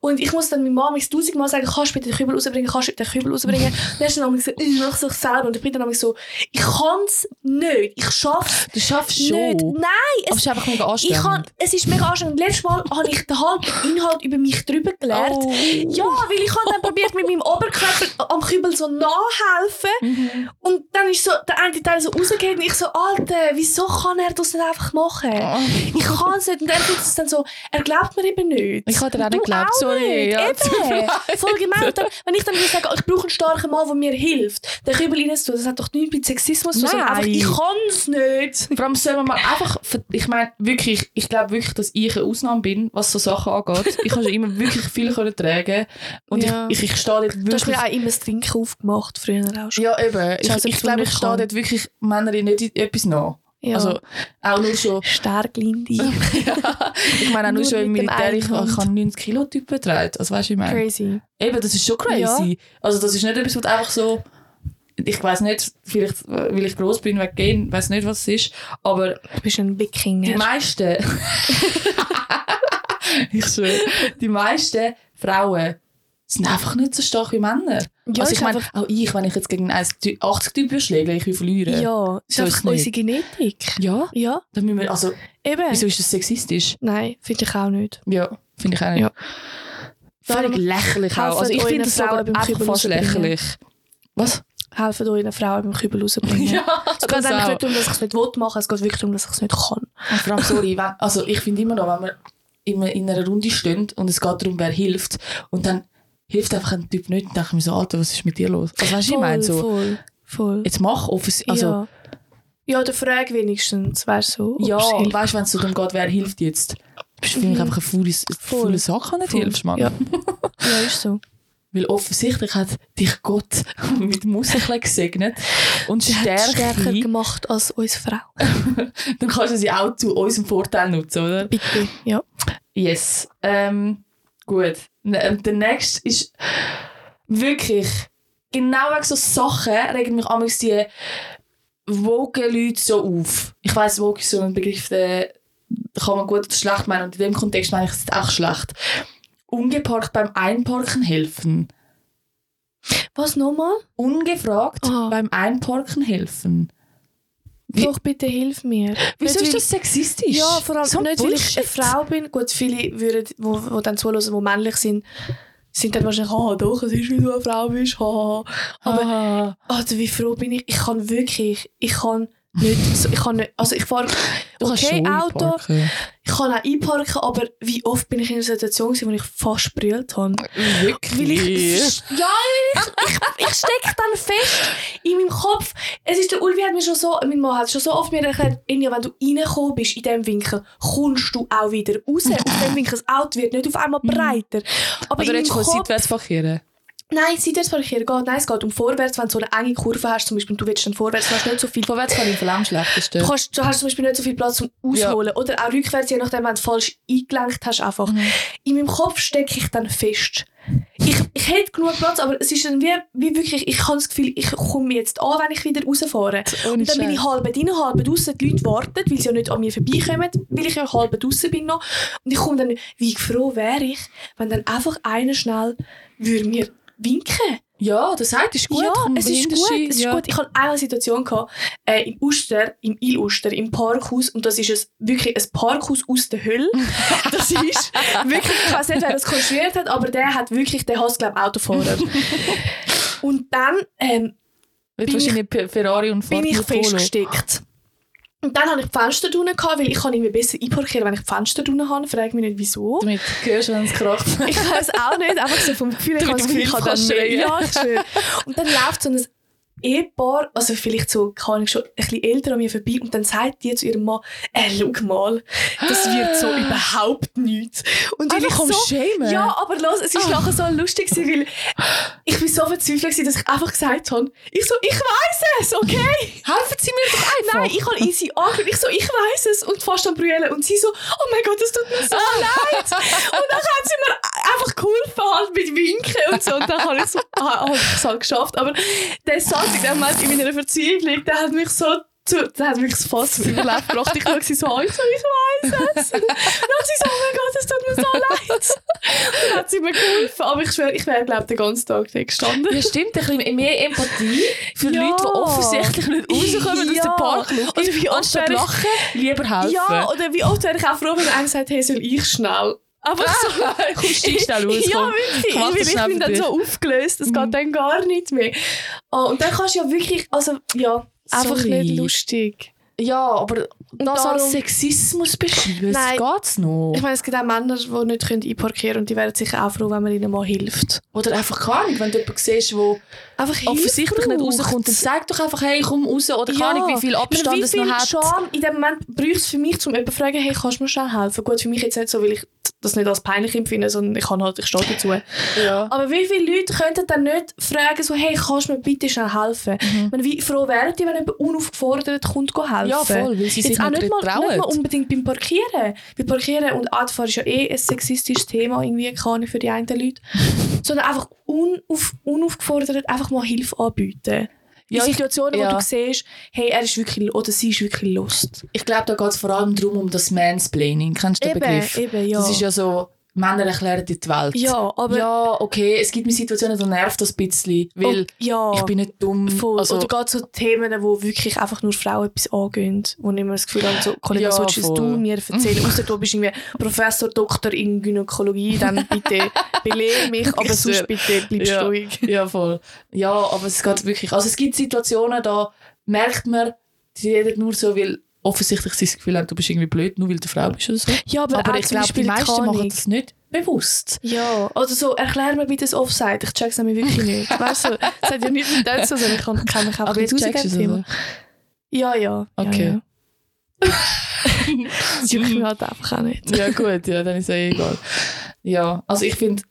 Speaker 1: Und ich muss dann meiner Mama jetzt tausendmal sagen, kannst du bitte den Kübel rausbringen, kannst du bitte den Kübel rausbringen. dann ist dann manchmal so, ich mach es selber. Und ich bin dann manchmal so, ich kann's nicht, ich schaff's
Speaker 2: Du schaffst schon.
Speaker 1: nicht. Nein,
Speaker 2: Aber es ist einfach mega
Speaker 1: ich
Speaker 2: anstrengend.
Speaker 1: kann, es ist mega anstrengend. Letztes Mal habe ich den halben Inhalt über mich drüber gelernt.
Speaker 2: Oh.
Speaker 1: Ja, weil ich habe dann probiert mit meinem Oberkörper am Kübel so nachhelfen und dann ist so der eine Teil so rausgegangen und ich so, Alter, wieso kann er das nicht einfach machen?
Speaker 2: Mhm.
Speaker 1: Ich kann es nicht. Und er tut es dann so, er glaubt mir eben nicht.
Speaker 2: Ich habe dir auch
Speaker 1: Du
Speaker 2: nicht geglaubt,
Speaker 1: auch
Speaker 2: sorry.
Speaker 1: nicht.
Speaker 2: Ja, tut mir
Speaker 1: eben.
Speaker 2: leid.
Speaker 1: Voll gemein. Und dann, wenn ich dann wieder sage, ich brauche einen starken Mann, der mir hilft, dann Kübel rein zu tun, das hat doch nichts mit Sexismus zu tun. sondern
Speaker 2: Nein.
Speaker 1: Einfach, ich kann es nicht.
Speaker 2: Vor allem sollen wir mal einfach, ver- ich meine wirklich, ich glaube wirklich, dass ich eine Ausnahme bin, was so Sachen angeht. Ich habe schon immer wirklich viel können tragen und
Speaker 1: Ja.
Speaker 2: ich, ich, ich stehe dort
Speaker 1: Du hast
Speaker 2: wirklich...
Speaker 1: mir auch immer das Trinken aufgemacht, früher auch schon.
Speaker 2: Ja, eben. Ich,
Speaker 1: Scheiße,
Speaker 2: ich
Speaker 1: dass du
Speaker 2: glaube, ich
Speaker 1: nicht
Speaker 2: stehe
Speaker 1: kannst.
Speaker 2: dort wirklich Männer nicht in etwas nach.
Speaker 1: Ja.
Speaker 2: Also auch nur schon,
Speaker 1: Stark, Lindy.
Speaker 2: ich meine auch nur,
Speaker 1: Nur
Speaker 2: schon im
Speaker 1: mit dem
Speaker 2: Militär, ich, ich
Speaker 1: einen Hand.
Speaker 2: habe 90 Kilo Typen getragen. Also weißt du, ich meine...
Speaker 1: Crazy.
Speaker 2: Eben, das ist schon crazy.
Speaker 1: Ja.
Speaker 2: Also das ist nicht etwas, was einfach so... Ich weiß nicht, vielleicht, äh, weil ich groß bin, wegen Gen, weiß nicht, was es ist, aber
Speaker 1: Du bist ein
Speaker 2: Die
Speaker 1: Wikinger.
Speaker 2: meisten. ich schwöre. Die meisten Frauen sind einfach nicht so stark wie Männer.
Speaker 1: Ja,
Speaker 2: also
Speaker 1: ist
Speaker 2: ich meine,
Speaker 1: einfach-
Speaker 2: auch ich, wenn ich jetzt gegen einen 80-Typ schläge, ich will verlieren.
Speaker 1: Ja, ist
Speaker 2: So
Speaker 1: einfach
Speaker 2: ist es
Speaker 1: unsere
Speaker 2: nicht.
Speaker 1: Genetik.
Speaker 2: ja.
Speaker 1: Ja,
Speaker 2: Dann müssen wir, also,
Speaker 1: eben.
Speaker 2: wieso ist das sexistisch?
Speaker 1: Nein, finde ich auch nicht.
Speaker 2: Ja, finde ich auch nicht.
Speaker 1: Ja.
Speaker 2: Völlig
Speaker 1: Darum
Speaker 2: lächerlich auch.
Speaker 1: helfen
Speaker 2: Also ich
Speaker 1: euren
Speaker 2: finde das
Speaker 1: Frauen
Speaker 2: sogar
Speaker 1: beim
Speaker 2: einfach
Speaker 1: Kübel
Speaker 2: fast
Speaker 1: rausbringen.
Speaker 2: lächerlich. Was?
Speaker 1: Helfen euren Frauen beim Kübel rausbringen. Es geht
Speaker 2: das
Speaker 1: eigentlich
Speaker 2: auch.
Speaker 1: nicht darum, dass ich es nicht will machen, es geht wirklich darum, dass ich es nicht kann.
Speaker 2: Und vor allem, sorry, wenn, also ich finde immer noch, wenn wir immer in einer Runde stehen und es geht darum, wer hilft, und dann hilft einfach ein Typ nicht, dann denke ich mir so, Alter, was ist mit dir los? Also weißt du, ich meine so,
Speaker 1: voll, voll.
Speaker 2: jetzt mach offensichtlich, also
Speaker 1: ja. ja, der Frage wenigstens, wäre so. ob
Speaker 2: ja,
Speaker 1: es hilft.
Speaker 2: weißt du, wenn es so darum geht, wer hilft jetzt, bist du für mich
Speaker 1: Mhm.
Speaker 2: einfach ein faules, ein
Speaker 1: Voll.
Speaker 2: faules Sack, wenn du nicht
Speaker 1: Voll.
Speaker 2: hilfst, Mann.
Speaker 1: Ja. ja, ist so.
Speaker 2: Weil offensichtlich hat dich Gott mit Muskeln gesegnet und
Speaker 1: Sie hat stärker
Speaker 2: Stärke,
Speaker 1: gemacht als uns Frau.
Speaker 2: dann kannst du sie auch zu unserem Vorteil nutzen, oder?
Speaker 1: Bitte, ja.
Speaker 2: Yes. Ähm, gut. N- ähm, Der nächste ist wirklich genau wegen so Sachen regen mich amigs die woke Leute so auf. Ich weiß, woke ist so ein Begriff, den kann man gut oder schlecht meinen und in dem Kontext meine ich es auch schlecht. Ungeparkt beim Einparken helfen.
Speaker 1: Was nochmal?
Speaker 2: Ungefragt
Speaker 1: Aha.
Speaker 2: beim Einparken helfen. Wie-
Speaker 1: Doch, bitte hilf mir.
Speaker 2: Wieso
Speaker 1: Nicht,
Speaker 2: ist
Speaker 1: weil-
Speaker 2: das sexistisch?
Speaker 1: Ja, vor allem
Speaker 2: So ein
Speaker 1: nicht, weil ich eine
Speaker 2: Bullshit.
Speaker 1: Frau bin. Gut, viele würden, wo, wo dann zuhören, die männlich sind, sind dann wahrscheinlich, ah, doch, es ist, wie du eine Frau bist, haha. Aber,
Speaker 2: Aber
Speaker 1: also wie froh bin ich? Ich kann wirklich, ich kann nicht, so- ich kann nicht, also ich fahre okay
Speaker 2: eh
Speaker 1: Auto, ich kann auch einparken, aber wie oft bin ich in einer Situation gewesen, wo ich fast brüllt habe?
Speaker 2: Wirklich?
Speaker 1: Weil ich, ja, ich, ich, ich stecke dann fest in meinem Kopf. Es ist, der Ulvi hat mir schon so, mein Mann hat schon so oft mir erklärt, Inja, wenn du reingekommen bist in diesem Winkel, kommst du auch wieder raus. Aus dem Winkel, das Auto wird nicht auf einmal breiter. Aber,
Speaker 2: Oder
Speaker 1: in meinem
Speaker 2: hättest du
Speaker 1: Kopf,
Speaker 2: seitwärts verkehren?
Speaker 1: nein, seitwärts parkieren geht, nein, es geht um vorwärts, wenn du so eine enge Kurve hast, zum Beispiel, du willst dann vorwärts, du hast nicht so viel
Speaker 2: Vorwärts kann ich vor allem am schlechtesten.
Speaker 1: Du, kannst, du hast zum Beispiel nicht so viel Platz zum Ausholen. Oder auch rückwärts, je nachdem, wenn du falsch eingelenkt hast. Einfach.
Speaker 2: Mhm.
Speaker 1: In meinem Kopf stecke ich dann fest. Ich, ich hätte genug Platz, aber es ist dann wie, wie wirklich, ich habe das Gefühl, ich komme jetzt an, wenn ich wieder rausfahre.
Speaker 2: Ohne
Speaker 1: Und dann bin ich
Speaker 2: Scheiß.
Speaker 1: halb drin, halb draußen. Die Leute warten, weil sie ja nicht an mir vorbeikommen, weil ich ja halb draußen bin noch. Und ich komme dann, wie froh wäre ich, wenn dann einfach einer schnell würde mir winken
Speaker 2: Ja, das sagt, ist gut.
Speaker 1: ja,
Speaker 2: komm,
Speaker 1: es ist
Speaker 2: behindert
Speaker 1: gut,
Speaker 2: sie,
Speaker 1: es ist
Speaker 2: ja.
Speaker 1: gut. Ich hatte eine Situation gehabt, äh, im Uster, im Il-Uster, im Parkhaus und das ist es wirklich ein Parkhaus aus der Hölle. Das ist wirklich, ich weiß nicht, wer das konstruiert hat, aber der hat wirklich, der hasst glaube ich Autofahrer. und dann ähm, bin
Speaker 2: Wird
Speaker 1: ich-
Speaker 2: wahrscheinlich Pe- Ferrari und Ford
Speaker 1: bin ich
Speaker 2: mit Polo.
Speaker 1: festgesteckt. Und dann habe ich die Fenster drinnen, gehabt, weil ich kann irgendwie besser einparkieren, wenn ich die Fenster drinnen habe. Frage mich nicht, wieso.
Speaker 2: Damit hörst du, wenn es kracht.
Speaker 1: Ich weiß auch nicht, einfach so vom Gefühl, ich
Speaker 2: Damit
Speaker 1: habe das
Speaker 2: du
Speaker 1: Gefühl, ich
Speaker 2: viel
Speaker 1: kann dann
Speaker 2: kannst
Speaker 1: mehr.
Speaker 2: schreien.
Speaker 1: Ja, ich schwöre. Und dann läuft so ein Ehepaar, also vielleicht so, keine Ahnung, schon ein bisschen älter an mir vorbei und dann sagt die zu ihrem Mann, äh, schau mal, das wird so überhaupt nichts. Und weil ich Ah.
Speaker 2: Einfach
Speaker 1: so...
Speaker 2: am Schämen.
Speaker 1: Ja, aber los, es war nachher so lustig, gewesen, weil ich bin so verzweifelt, gewesen, dass ich einfach gesagt habe, ich so, ich weiß es, okay?
Speaker 2: Helfen Sie mir doch einfach.
Speaker 1: Nein, ich habe ihn sie angeschaut. Ich so, ich weiß es. Und fast am Brüllen. Und sie so, oh mein Gott, das tut mir so leid. Und dann hat sie mir einfach geholfen, halt mit Winken und so. Und dann habe ich so, ah, ah, ich es halt geschafft. Aber der Satz in dem Moment in meiner Verzweiflung, der hat mich so zu, der hat mich fast zum Überleben gebracht. Ich war so, ah, ich so, ich weiß es. Und dann hat sie so, oh mein Gott, das tut mir so leid. Und dann hat sie mir geholfen. Aber ich schwöre, ich wäre, glaube ich, den ganzen Tag dort gestanden.
Speaker 2: Ja, stimmt, ein bisschen mehr Empathie für
Speaker 1: Ja.
Speaker 2: Leute, die offensichtlich nicht rauskommen aus
Speaker 1: Ja.
Speaker 2: der Parklücke.
Speaker 1: Oder wie oft
Speaker 2: Anstatt
Speaker 1: wäre ich-
Speaker 2: lachen, lieber helfen.
Speaker 1: Ja, oder wie oft wäre ich auch froh, wenn einer sagt, hey, soll ich schnell? Ah. Aber so,
Speaker 2: kommst du schnell raus,
Speaker 1: Ja,
Speaker 2: komm.
Speaker 1: wirklich.
Speaker 2: Ich mach
Speaker 1: weil
Speaker 2: das
Speaker 1: ich
Speaker 2: schnell
Speaker 1: bin
Speaker 2: für
Speaker 1: dann
Speaker 2: dich.
Speaker 1: so aufgelöst, es
Speaker 2: Mhm.
Speaker 1: geht dann gar nicht mehr. Ah, und dann kannst du ja wirklich, also ja, einfach
Speaker 2: Sorry.
Speaker 1: nicht lustig.
Speaker 2: Ja, aber das
Speaker 1: darum-
Speaker 2: als Sexismus beschreiben,
Speaker 1: Nein.
Speaker 2: das geht's noch.
Speaker 1: Ich meine, es gibt auch Männer, die nicht können einparkieren können und die wären sicher auch froh, wenn man ihnen mal hilft.
Speaker 2: Oder einfach keine Ahnung, wenn du jemanden siehst, der
Speaker 1: Einfach Hilfe
Speaker 2: offensichtlich nicht
Speaker 1: braucht.
Speaker 2: rauskommt, dann sag doch einfach, hey, komm raus. Oder
Speaker 1: Ja.
Speaker 2: keine Ahnung, wie viel
Speaker 1: Ich meine,
Speaker 2: Abstand
Speaker 1: wie
Speaker 2: es
Speaker 1: viel
Speaker 2: noch hat.
Speaker 1: Charme in dem Moment bräuchte es für mich, um jemanden zu fragen, hey, kannst du mir schnell helfen? Gut, für mich jetzt nicht so, weil ich das nicht als peinlich empfinde, sondern ich, kann halt, ich stehe dazu.
Speaker 2: Ja.
Speaker 1: Aber wie viele Leute könnten dann nicht fragen, so, hey, kannst du mir bitte schnell helfen? Ich meine, wie froh wären die, wenn jemand unaufgefordert kommt, go helfen?
Speaker 2: Mhm. ja, voll, weil sie sich
Speaker 1: Jetzt auch nicht mal, nicht
Speaker 2: trauen.
Speaker 1: mal um- unbedingt beim Parkieren. Weil Parkieren und Autofahren ist ja eh ein sexistisches Thema irgendwie, keine Ahnung, für die einen Leute. Sondern einfach unauf, unaufgefordert einfach mal Hilfe anbieten.
Speaker 2: Ja,
Speaker 1: In
Speaker 2: ich-
Speaker 1: Situationen, wo
Speaker 2: ja.
Speaker 1: du siehst, hey, er ist wirklich, oder sie ist wirklich lost.
Speaker 2: ich glaube, da geht es vor allem darum, um das Mansplaining. Kennst du den Begriff?
Speaker 1: eben, ja.
Speaker 2: Das ist ja so, Männer erklären dir die Welt.
Speaker 1: ja, aber...
Speaker 2: ja, okay, es gibt mir Situationen, da nervt das ein bisschen, weil
Speaker 1: ob- Oh, ja.
Speaker 2: ich bin nicht dumm.
Speaker 1: Voll.
Speaker 2: Also,
Speaker 1: Oder gerade so Themen, wo wirklich einfach nur Frauen etwas angehen, wo ich immer das Gefühl habe, so, Kollege,
Speaker 2: Ja,
Speaker 1: was willst
Speaker 2: voll.
Speaker 1: du mir erzählen? Außer du bist irgendwie Professor, Doktor in Gynäkologie, dann bitte belehre mich, aber
Speaker 2: Ich
Speaker 1: sonst
Speaker 2: schwör.
Speaker 1: bitte bleibst
Speaker 2: Ja.
Speaker 1: ruhig.
Speaker 2: ja, voll. Ja, aber es geht wirklich. Also es gibt Situationen, da merkt man, die reden nur so, weil offensichtlich sie das Gefühl haben, du bist irgendwie blöd, nur weil du Frau bist oder so.
Speaker 1: Ja, aber,
Speaker 2: Aber,
Speaker 1: auch
Speaker 2: ich
Speaker 1: zum
Speaker 2: glaube, die
Speaker 1: Beispiel
Speaker 2: meisten
Speaker 1: keine
Speaker 2: machen
Speaker 1: Ahnung.
Speaker 2: das nicht bewusst.
Speaker 1: Ja, oder so, erklär mir bitte das Offside, ich check's nämlich wirklich nicht. weißt du, das hat ja nichts mit dem zu tun, ich kann, kann mich auch nicht aus dem Thema. Ja, ja.
Speaker 2: Okay.
Speaker 1: Ja, ja. Das juckt mich halt einfach auch nicht.
Speaker 2: Ja, gut, ja, dann ist ja eh egal. Ja, also ich finde,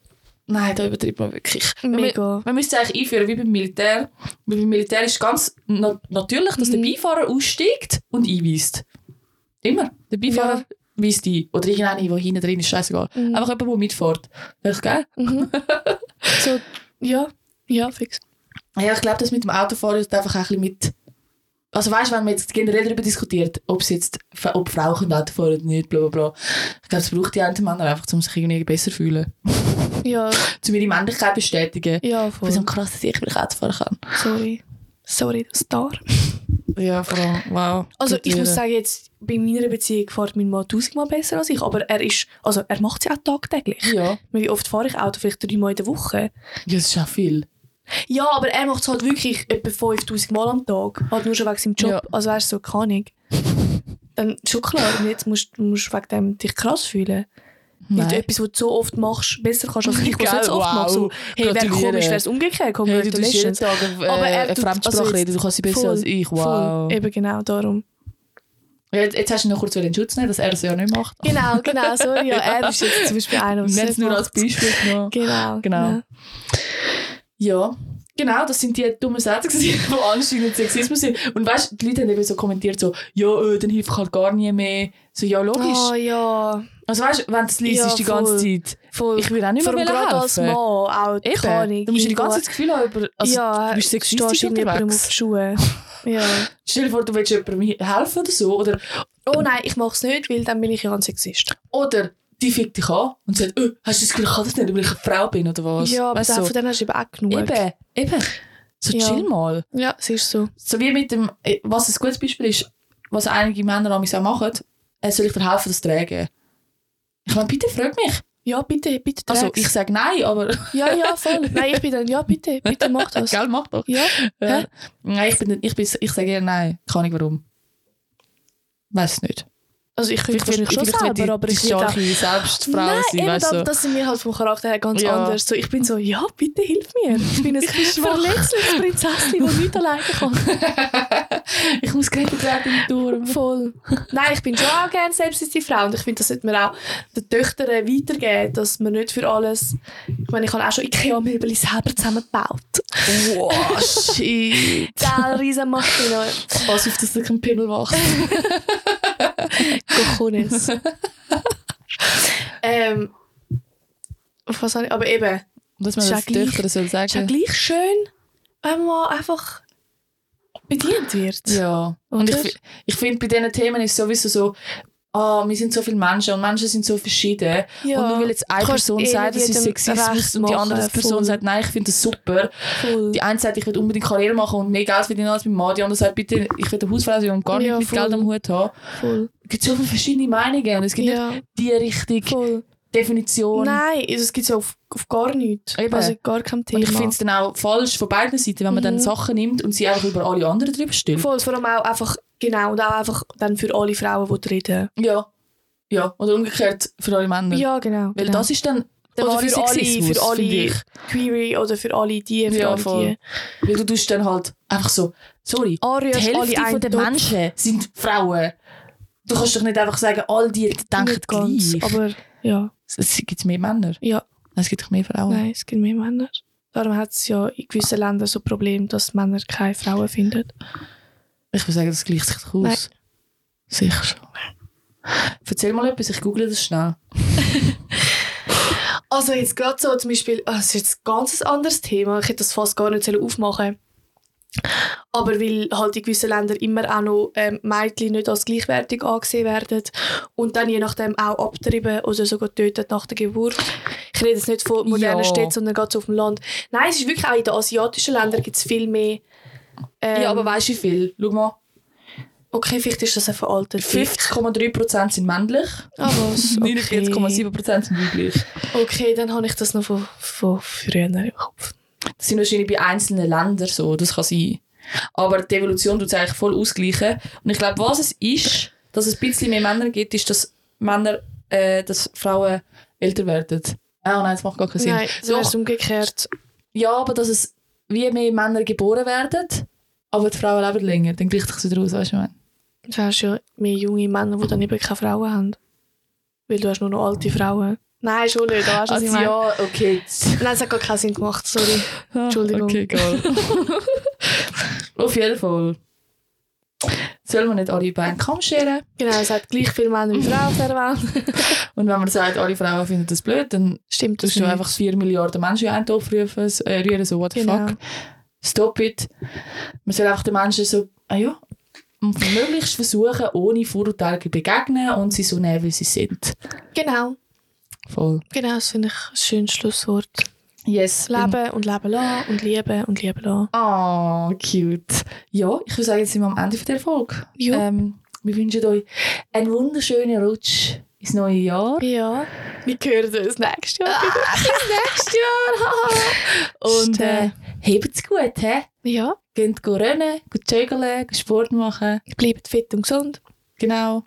Speaker 2: nein, da übertreibt man wirklich. Man,
Speaker 1: Mega.
Speaker 2: man müsste es eigentlich einführen, wie beim Militär. Weil beim Militär ist ganz na natürlich, dass
Speaker 1: Mhm.
Speaker 2: der Beifahrer aussteigt und einweist. Immer. Der Beifahrer
Speaker 1: Ja.
Speaker 2: weist ein. Oder irgendeiner, der hinten drin ist, scheißegal.
Speaker 1: Mhm.
Speaker 2: Einfach jemand, der mitfährt. Das ist geil.
Speaker 1: Mhm. So, ja, ja, fix.
Speaker 2: Ja, ich glaube, das mit dem Autofahren ist einfach auch ein bisschen mit... Also weißt du, wenn man jetzt generell darüber diskutiert, ob es jetzt, ob Frauen können Autofahren oder nicht, bla bla bla. Ich glaube, es braucht die einen Männer einfach, um sich irgendwie besser zu fühlen.
Speaker 1: Ja,
Speaker 2: Um ihre Männlichkeit bestätigen.
Speaker 1: ja,
Speaker 2: Ich bin so
Speaker 1: voll.
Speaker 2: krass, dass ich wirklich Autofahren kann.
Speaker 1: Sorry. Sorry, Star.
Speaker 2: Ja, Frau, wow.
Speaker 1: Also ich muss sagen, jetzt bei meiner Beziehung fährt mein Mann tausendmal besser als ich, aber er ist, also er macht sie auch tagtäglich.
Speaker 2: Ja.
Speaker 1: Wie oft fahre ich Auto? Vielleicht dreimal in der Woche.
Speaker 2: Ja, das ist auch viel.
Speaker 1: Ja, aber er macht es halt wirklich etwa 5000 Mal am Tag. Halt nur schon wegen seinem Job.
Speaker 2: Ja.
Speaker 1: Also wärst du so, keine Ahnung. Dann schon klar, und jetzt musst du musst wegen dem dich krass fühlen. Weil du etwas, was du so oft machst, besser kannst als ich, was du
Speaker 2: Gell,
Speaker 1: nicht so oft
Speaker 2: wow.
Speaker 1: mache. So, hey, wäre
Speaker 2: Gratuliere.
Speaker 1: komisch, wäre es umgekehrt.
Speaker 2: Hey, du tust jeden
Speaker 1: Congratulations.
Speaker 2: Tag eine, äh,
Speaker 1: Aber er
Speaker 2: eine
Speaker 1: tut-
Speaker 2: Fremdsprache
Speaker 1: also jetzt-
Speaker 2: reden, du kannst sie besser
Speaker 1: voll,
Speaker 2: als ich. Wow.
Speaker 1: Voll. Eben genau, darum.
Speaker 2: Ja, jetzt, jetzt hast du noch kurz den Schutz nehmen, dass er das ja nicht macht.
Speaker 1: Genau, genau, sorry. Ja, er ist jetzt zum Beispiel einer, was
Speaker 2: Nicht
Speaker 1: es
Speaker 2: nur
Speaker 1: macht.
Speaker 2: als Beispiel genommen.
Speaker 1: Genau.
Speaker 2: Genau.
Speaker 1: Ja.
Speaker 2: Ja, genau, das sind die dummen Sätze, gewesen, die anscheinend Sexismus sind. Und weißt du, die Leute haben eben so kommentiert, so, ja, äh, dann hilft halt gar nie mehr. So, ja, logisch.
Speaker 1: Oh ja,
Speaker 2: Also weißt du, wenn du es liest,
Speaker 1: Ja,
Speaker 2: ist die ganze
Speaker 1: voll.
Speaker 2: Zeit.
Speaker 1: voll.
Speaker 2: Ich will auch nicht
Speaker 1: Vor
Speaker 2: mehr
Speaker 1: allem gerade als
Speaker 2: helfen.
Speaker 1: Mann auch.
Speaker 2: Eben,
Speaker 1: Keine Ahnung,
Speaker 2: du musst ja die
Speaker 1: irgendwo-
Speaker 2: ganze Zeit das Gefühl haben, über- also,
Speaker 1: ja,
Speaker 2: du bist sexistisch
Speaker 1: stehst irgendjemandem
Speaker 2: unterwegs.
Speaker 1: auf die Schuhe. ja.
Speaker 2: stell dir vor, du willst jemandem helfen oder so. Oder,
Speaker 1: Oh nein, ich mache es nicht, weil dann bin ich ja ein Sexist.
Speaker 2: oder die fickt dich an und sagt, äh, hast du das Gefühl, ich kann das nicht, weil ich eine Frau bin oder was.
Speaker 1: ja, aber
Speaker 2: Weißt
Speaker 1: da-
Speaker 2: du,
Speaker 1: von denen hast du eben auch genug.
Speaker 2: so. Eben, eben. So
Speaker 1: Ja.
Speaker 2: chill mal.
Speaker 1: Ja, es ist so.
Speaker 2: so wie mit dem, eh, was ein gutes Beispiel ist, was einige Männer auch machen, äh, soll ich dir helfen, das zu tragen? Ich meine, bitte frag mich.
Speaker 1: Ja, bitte, bitte
Speaker 2: Also,
Speaker 1: träg's.
Speaker 2: ich sage nein, aber
Speaker 1: Ja, ja, voll. nein, ich bin dann, ja, bitte, bitte mach das.
Speaker 2: Gell, mach doch.
Speaker 1: Ja,
Speaker 2: Ja.
Speaker 1: Hä?
Speaker 2: Nein, ich, bin, nicht- ich, bin, ich sage eher nein. Keine Ahnung warum. Weiß nicht.
Speaker 1: also ich könnte
Speaker 2: will-
Speaker 1: wahrscheinlich schon
Speaker 2: vielleicht will
Speaker 1: selber,
Speaker 2: die-
Speaker 1: aber
Speaker 2: die
Speaker 1: ich will auch...
Speaker 2: starke Selbstfrau
Speaker 1: Nein,
Speaker 2: sein,
Speaker 1: eben,
Speaker 2: weißt
Speaker 1: das,
Speaker 2: du.
Speaker 1: das sind wir halt vom Charakter her ganz
Speaker 2: Ja.
Speaker 1: anders. So, ich bin so, ja, bitte hilf mir. Ich bin ein
Speaker 2: schwach.
Speaker 1: verletzliches Prinzesschen, die nicht alleine kann.
Speaker 2: ich muss gerettet werden im Turm.
Speaker 1: Voll. Nein, ich bin schon auch gerne selbst die Frau und ich finde, das sollte man auch den Töchtern weitergeben, dass man nicht für alles... Ich meine, ich habe auch schon Ikea-Möbel selber zusammengebaut.
Speaker 2: Wow, shit.
Speaker 1: Gell, Riesenmaschine.
Speaker 2: Pass auf, dass du keinen Pimmel machst.
Speaker 1: Cojones. ähm, auf was habe ich? Aber eben,
Speaker 2: Dass man
Speaker 1: Ist ja
Speaker 2: das
Speaker 1: gleich.
Speaker 2: Töchter soll
Speaker 1: ist ja
Speaker 2: sagen.
Speaker 1: gleich schön, wenn man einfach bedient wird.
Speaker 2: Ja, und ich,
Speaker 1: Oder?
Speaker 2: fi- ich finde, bei diesen Themen ist sowieso so, ah wir sind so viele Menschen und Menschen sind so verschieden.
Speaker 1: Ja,
Speaker 2: Und nur weil jetzt eine
Speaker 1: Du kannst
Speaker 2: Person
Speaker 1: eh
Speaker 2: sagt, das
Speaker 1: nicht
Speaker 2: ist
Speaker 1: jedem
Speaker 2: Sexismus
Speaker 1: recht
Speaker 2: und die
Speaker 1: machen,
Speaker 2: andere Person
Speaker 1: voll.
Speaker 2: sagt, nein, ich finde das super.
Speaker 1: voll.
Speaker 2: Die eine sagt, ich will unbedingt Karriere machen und mehr Geld verdienen als mein Mann. Die andere sagt, bitte, ich will eine Hausfrau sein und gar nicht
Speaker 1: Ja,
Speaker 2: mit
Speaker 1: voll.
Speaker 2: Geld am Hut haben.
Speaker 1: voll.
Speaker 2: Es gibt so viele verschiedene Meinungen und es gibt
Speaker 1: Ja,
Speaker 2: nicht die richtige
Speaker 1: voll.
Speaker 2: Definition.
Speaker 1: Nein, also es gibt es ja auf, auf gar nichts.
Speaker 2: Eben.
Speaker 1: Also gar kein Thema.
Speaker 2: Und ich finde es dann auch falsch von beiden Seiten, wenn man dann
Speaker 1: Mhm.
Speaker 2: Sachen nimmt und sie einfach über alle anderen drüber stellt.
Speaker 1: voll, vor allem auch einfach, genau, und auch einfach dann für alle Frauen, die reden.
Speaker 2: Ja. Ja. Oder umgekehrt für alle Männer.
Speaker 1: Ja, genau.
Speaker 2: Weil
Speaker 1: genau.
Speaker 2: das ist dann der
Speaker 1: oder
Speaker 2: wahre
Speaker 1: für alle,
Speaker 2: Sexismus,
Speaker 1: für alle
Speaker 2: finde ich.
Speaker 1: Query oder für alle die, für
Speaker 2: Ja,
Speaker 1: alle
Speaker 2: voll.
Speaker 1: die.
Speaker 2: Weil du tust dann halt einfach so, sorry, die
Speaker 1: Arias,
Speaker 2: Hälfte
Speaker 1: alle
Speaker 2: von den
Speaker 1: Eintopf.
Speaker 2: Menschen sind Frauen. Du kannst doch nicht einfach sagen, all die denken
Speaker 1: Nicht ganz,
Speaker 2: gleich.
Speaker 1: aber ja.
Speaker 2: es gibt mehr Männer.
Speaker 1: Ja.
Speaker 2: Es gibt doch mehr Frauen.
Speaker 1: Nein, es gibt mehr Männer. Darum hat es ja in gewissen Ländern so Probleme, dass Männer keine Frauen finden.
Speaker 2: Ich würde sagen, das gleicht sich doch aus.
Speaker 1: Nein.
Speaker 2: Sicher schon. Erzähl mal etwas, ich google das schnell.
Speaker 1: Also jetzt gerade so zum Beispiel, oh, das ist jetzt ein ganz anderes Thema, ich hätte das fast gar nicht sollen aufmachen aber weil halt in gewissen Ländern immer auch noch ähm, Mädchen nicht als gleichwertig angesehen werden und dann je nachdem auch abtrieben oder sogar getötet nach der Geburt. Ich rede jetzt nicht von modernen
Speaker 2: Ja.
Speaker 1: Städten, sondern gerade so auf dem Land. Nein, es ist wirklich auch in den asiatischen Ländern gibt es viel mehr... ähm,
Speaker 2: ja, aber weißt du wie viel? Schau mal,
Speaker 1: Okay, vielleicht ist das ein veraltet.
Speaker 2: 50,3% sind männlich,
Speaker 1: Ah, was? Okay.
Speaker 2: 49,7% sind weiblich.
Speaker 1: Okay, dann habe ich das noch von, von früher im Kopf.
Speaker 2: Das sind wahrscheinlich bei einzelnen Ländern so, das kann sein. Aber die Evolution tut es eigentlich voll ausgleichen. Und ich glaube, was es ist, dass es ein bisschen mehr Männer gibt, ist, dass Männer, äh, dass Frauen älter werden. Ah nein, das macht gar keinen Sinn.
Speaker 1: Nein, so ist es umgekehrt.
Speaker 2: Ja, aber dass es wie mehr Männer geboren werden, aber die Frauen leben länger. Dann gleicht sich wieder aus, weißt du, was ich meine?
Speaker 1: Du hast ja mehr junge Männer, die dann eben keine Frauen haben. Weil du hast nur noch alte Frauen. Nein, schon nicht. Weißt, was Also ich meine?
Speaker 2: Also, ja, okay.
Speaker 1: Nein, es hat gar keinen Sinn gemacht, sorry. Entschuldigung.
Speaker 2: Okay, egal. Auf jeden Fall. Sollen wir nicht alle über einen Kamm scheren?
Speaker 1: Genau, es hat gleich viele Männer wie Frauen auf der Welt.
Speaker 2: Und wenn man sagt, alle Frauen finden das blöd, dann
Speaker 1: Stimmt das
Speaker 2: tust du
Speaker 1: nicht.
Speaker 2: einfach 4 Milliarden Menschen in einen Topf rufen, so- äh, rühren, so what the
Speaker 1: Genau.
Speaker 2: fuck, stop it. Man soll einfach den Menschen so, ah ja, und möglichst versuchen, ohne Vorurteile zu begegnen und sie so nehmen, wie sie sind.
Speaker 1: Genau,
Speaker 2: Voll.
Speaker 1: genau, das finde ich ein schönes Schlusswort.
Speaker 2: Yes. Und-
Speaker 1: Leben und leben lassen und lieben und lieben lassen.
Speaker 2: Ah, cute. Ja, ich würde sagen, jetzt sind wir am Ende von der Folge.
Speaker 1: Jo.
Speaker 2: Ähm, Wir wünschen euch einen wunderschönen Rutsch ins neue Jahr.
Speaker 1: Ja. Wir hören uns nächstes Jahr wieder.
Speaker 2: Nächstes Jahr! Und äh, habt's gut, hä?
Speaker 1: Ja.
Speaker 2: Geht go rennen, geht joggeln, geht Sport machen.
Speaker 1: Bleibt fit und gesund.
Speaker 2: Genau.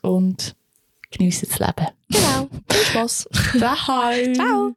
Speaker 2: Und geniessen das Leben.
Speaker 1: Genau. Viel Spaß.
Speaker 2: Bye.
Speaker 1: Ciao.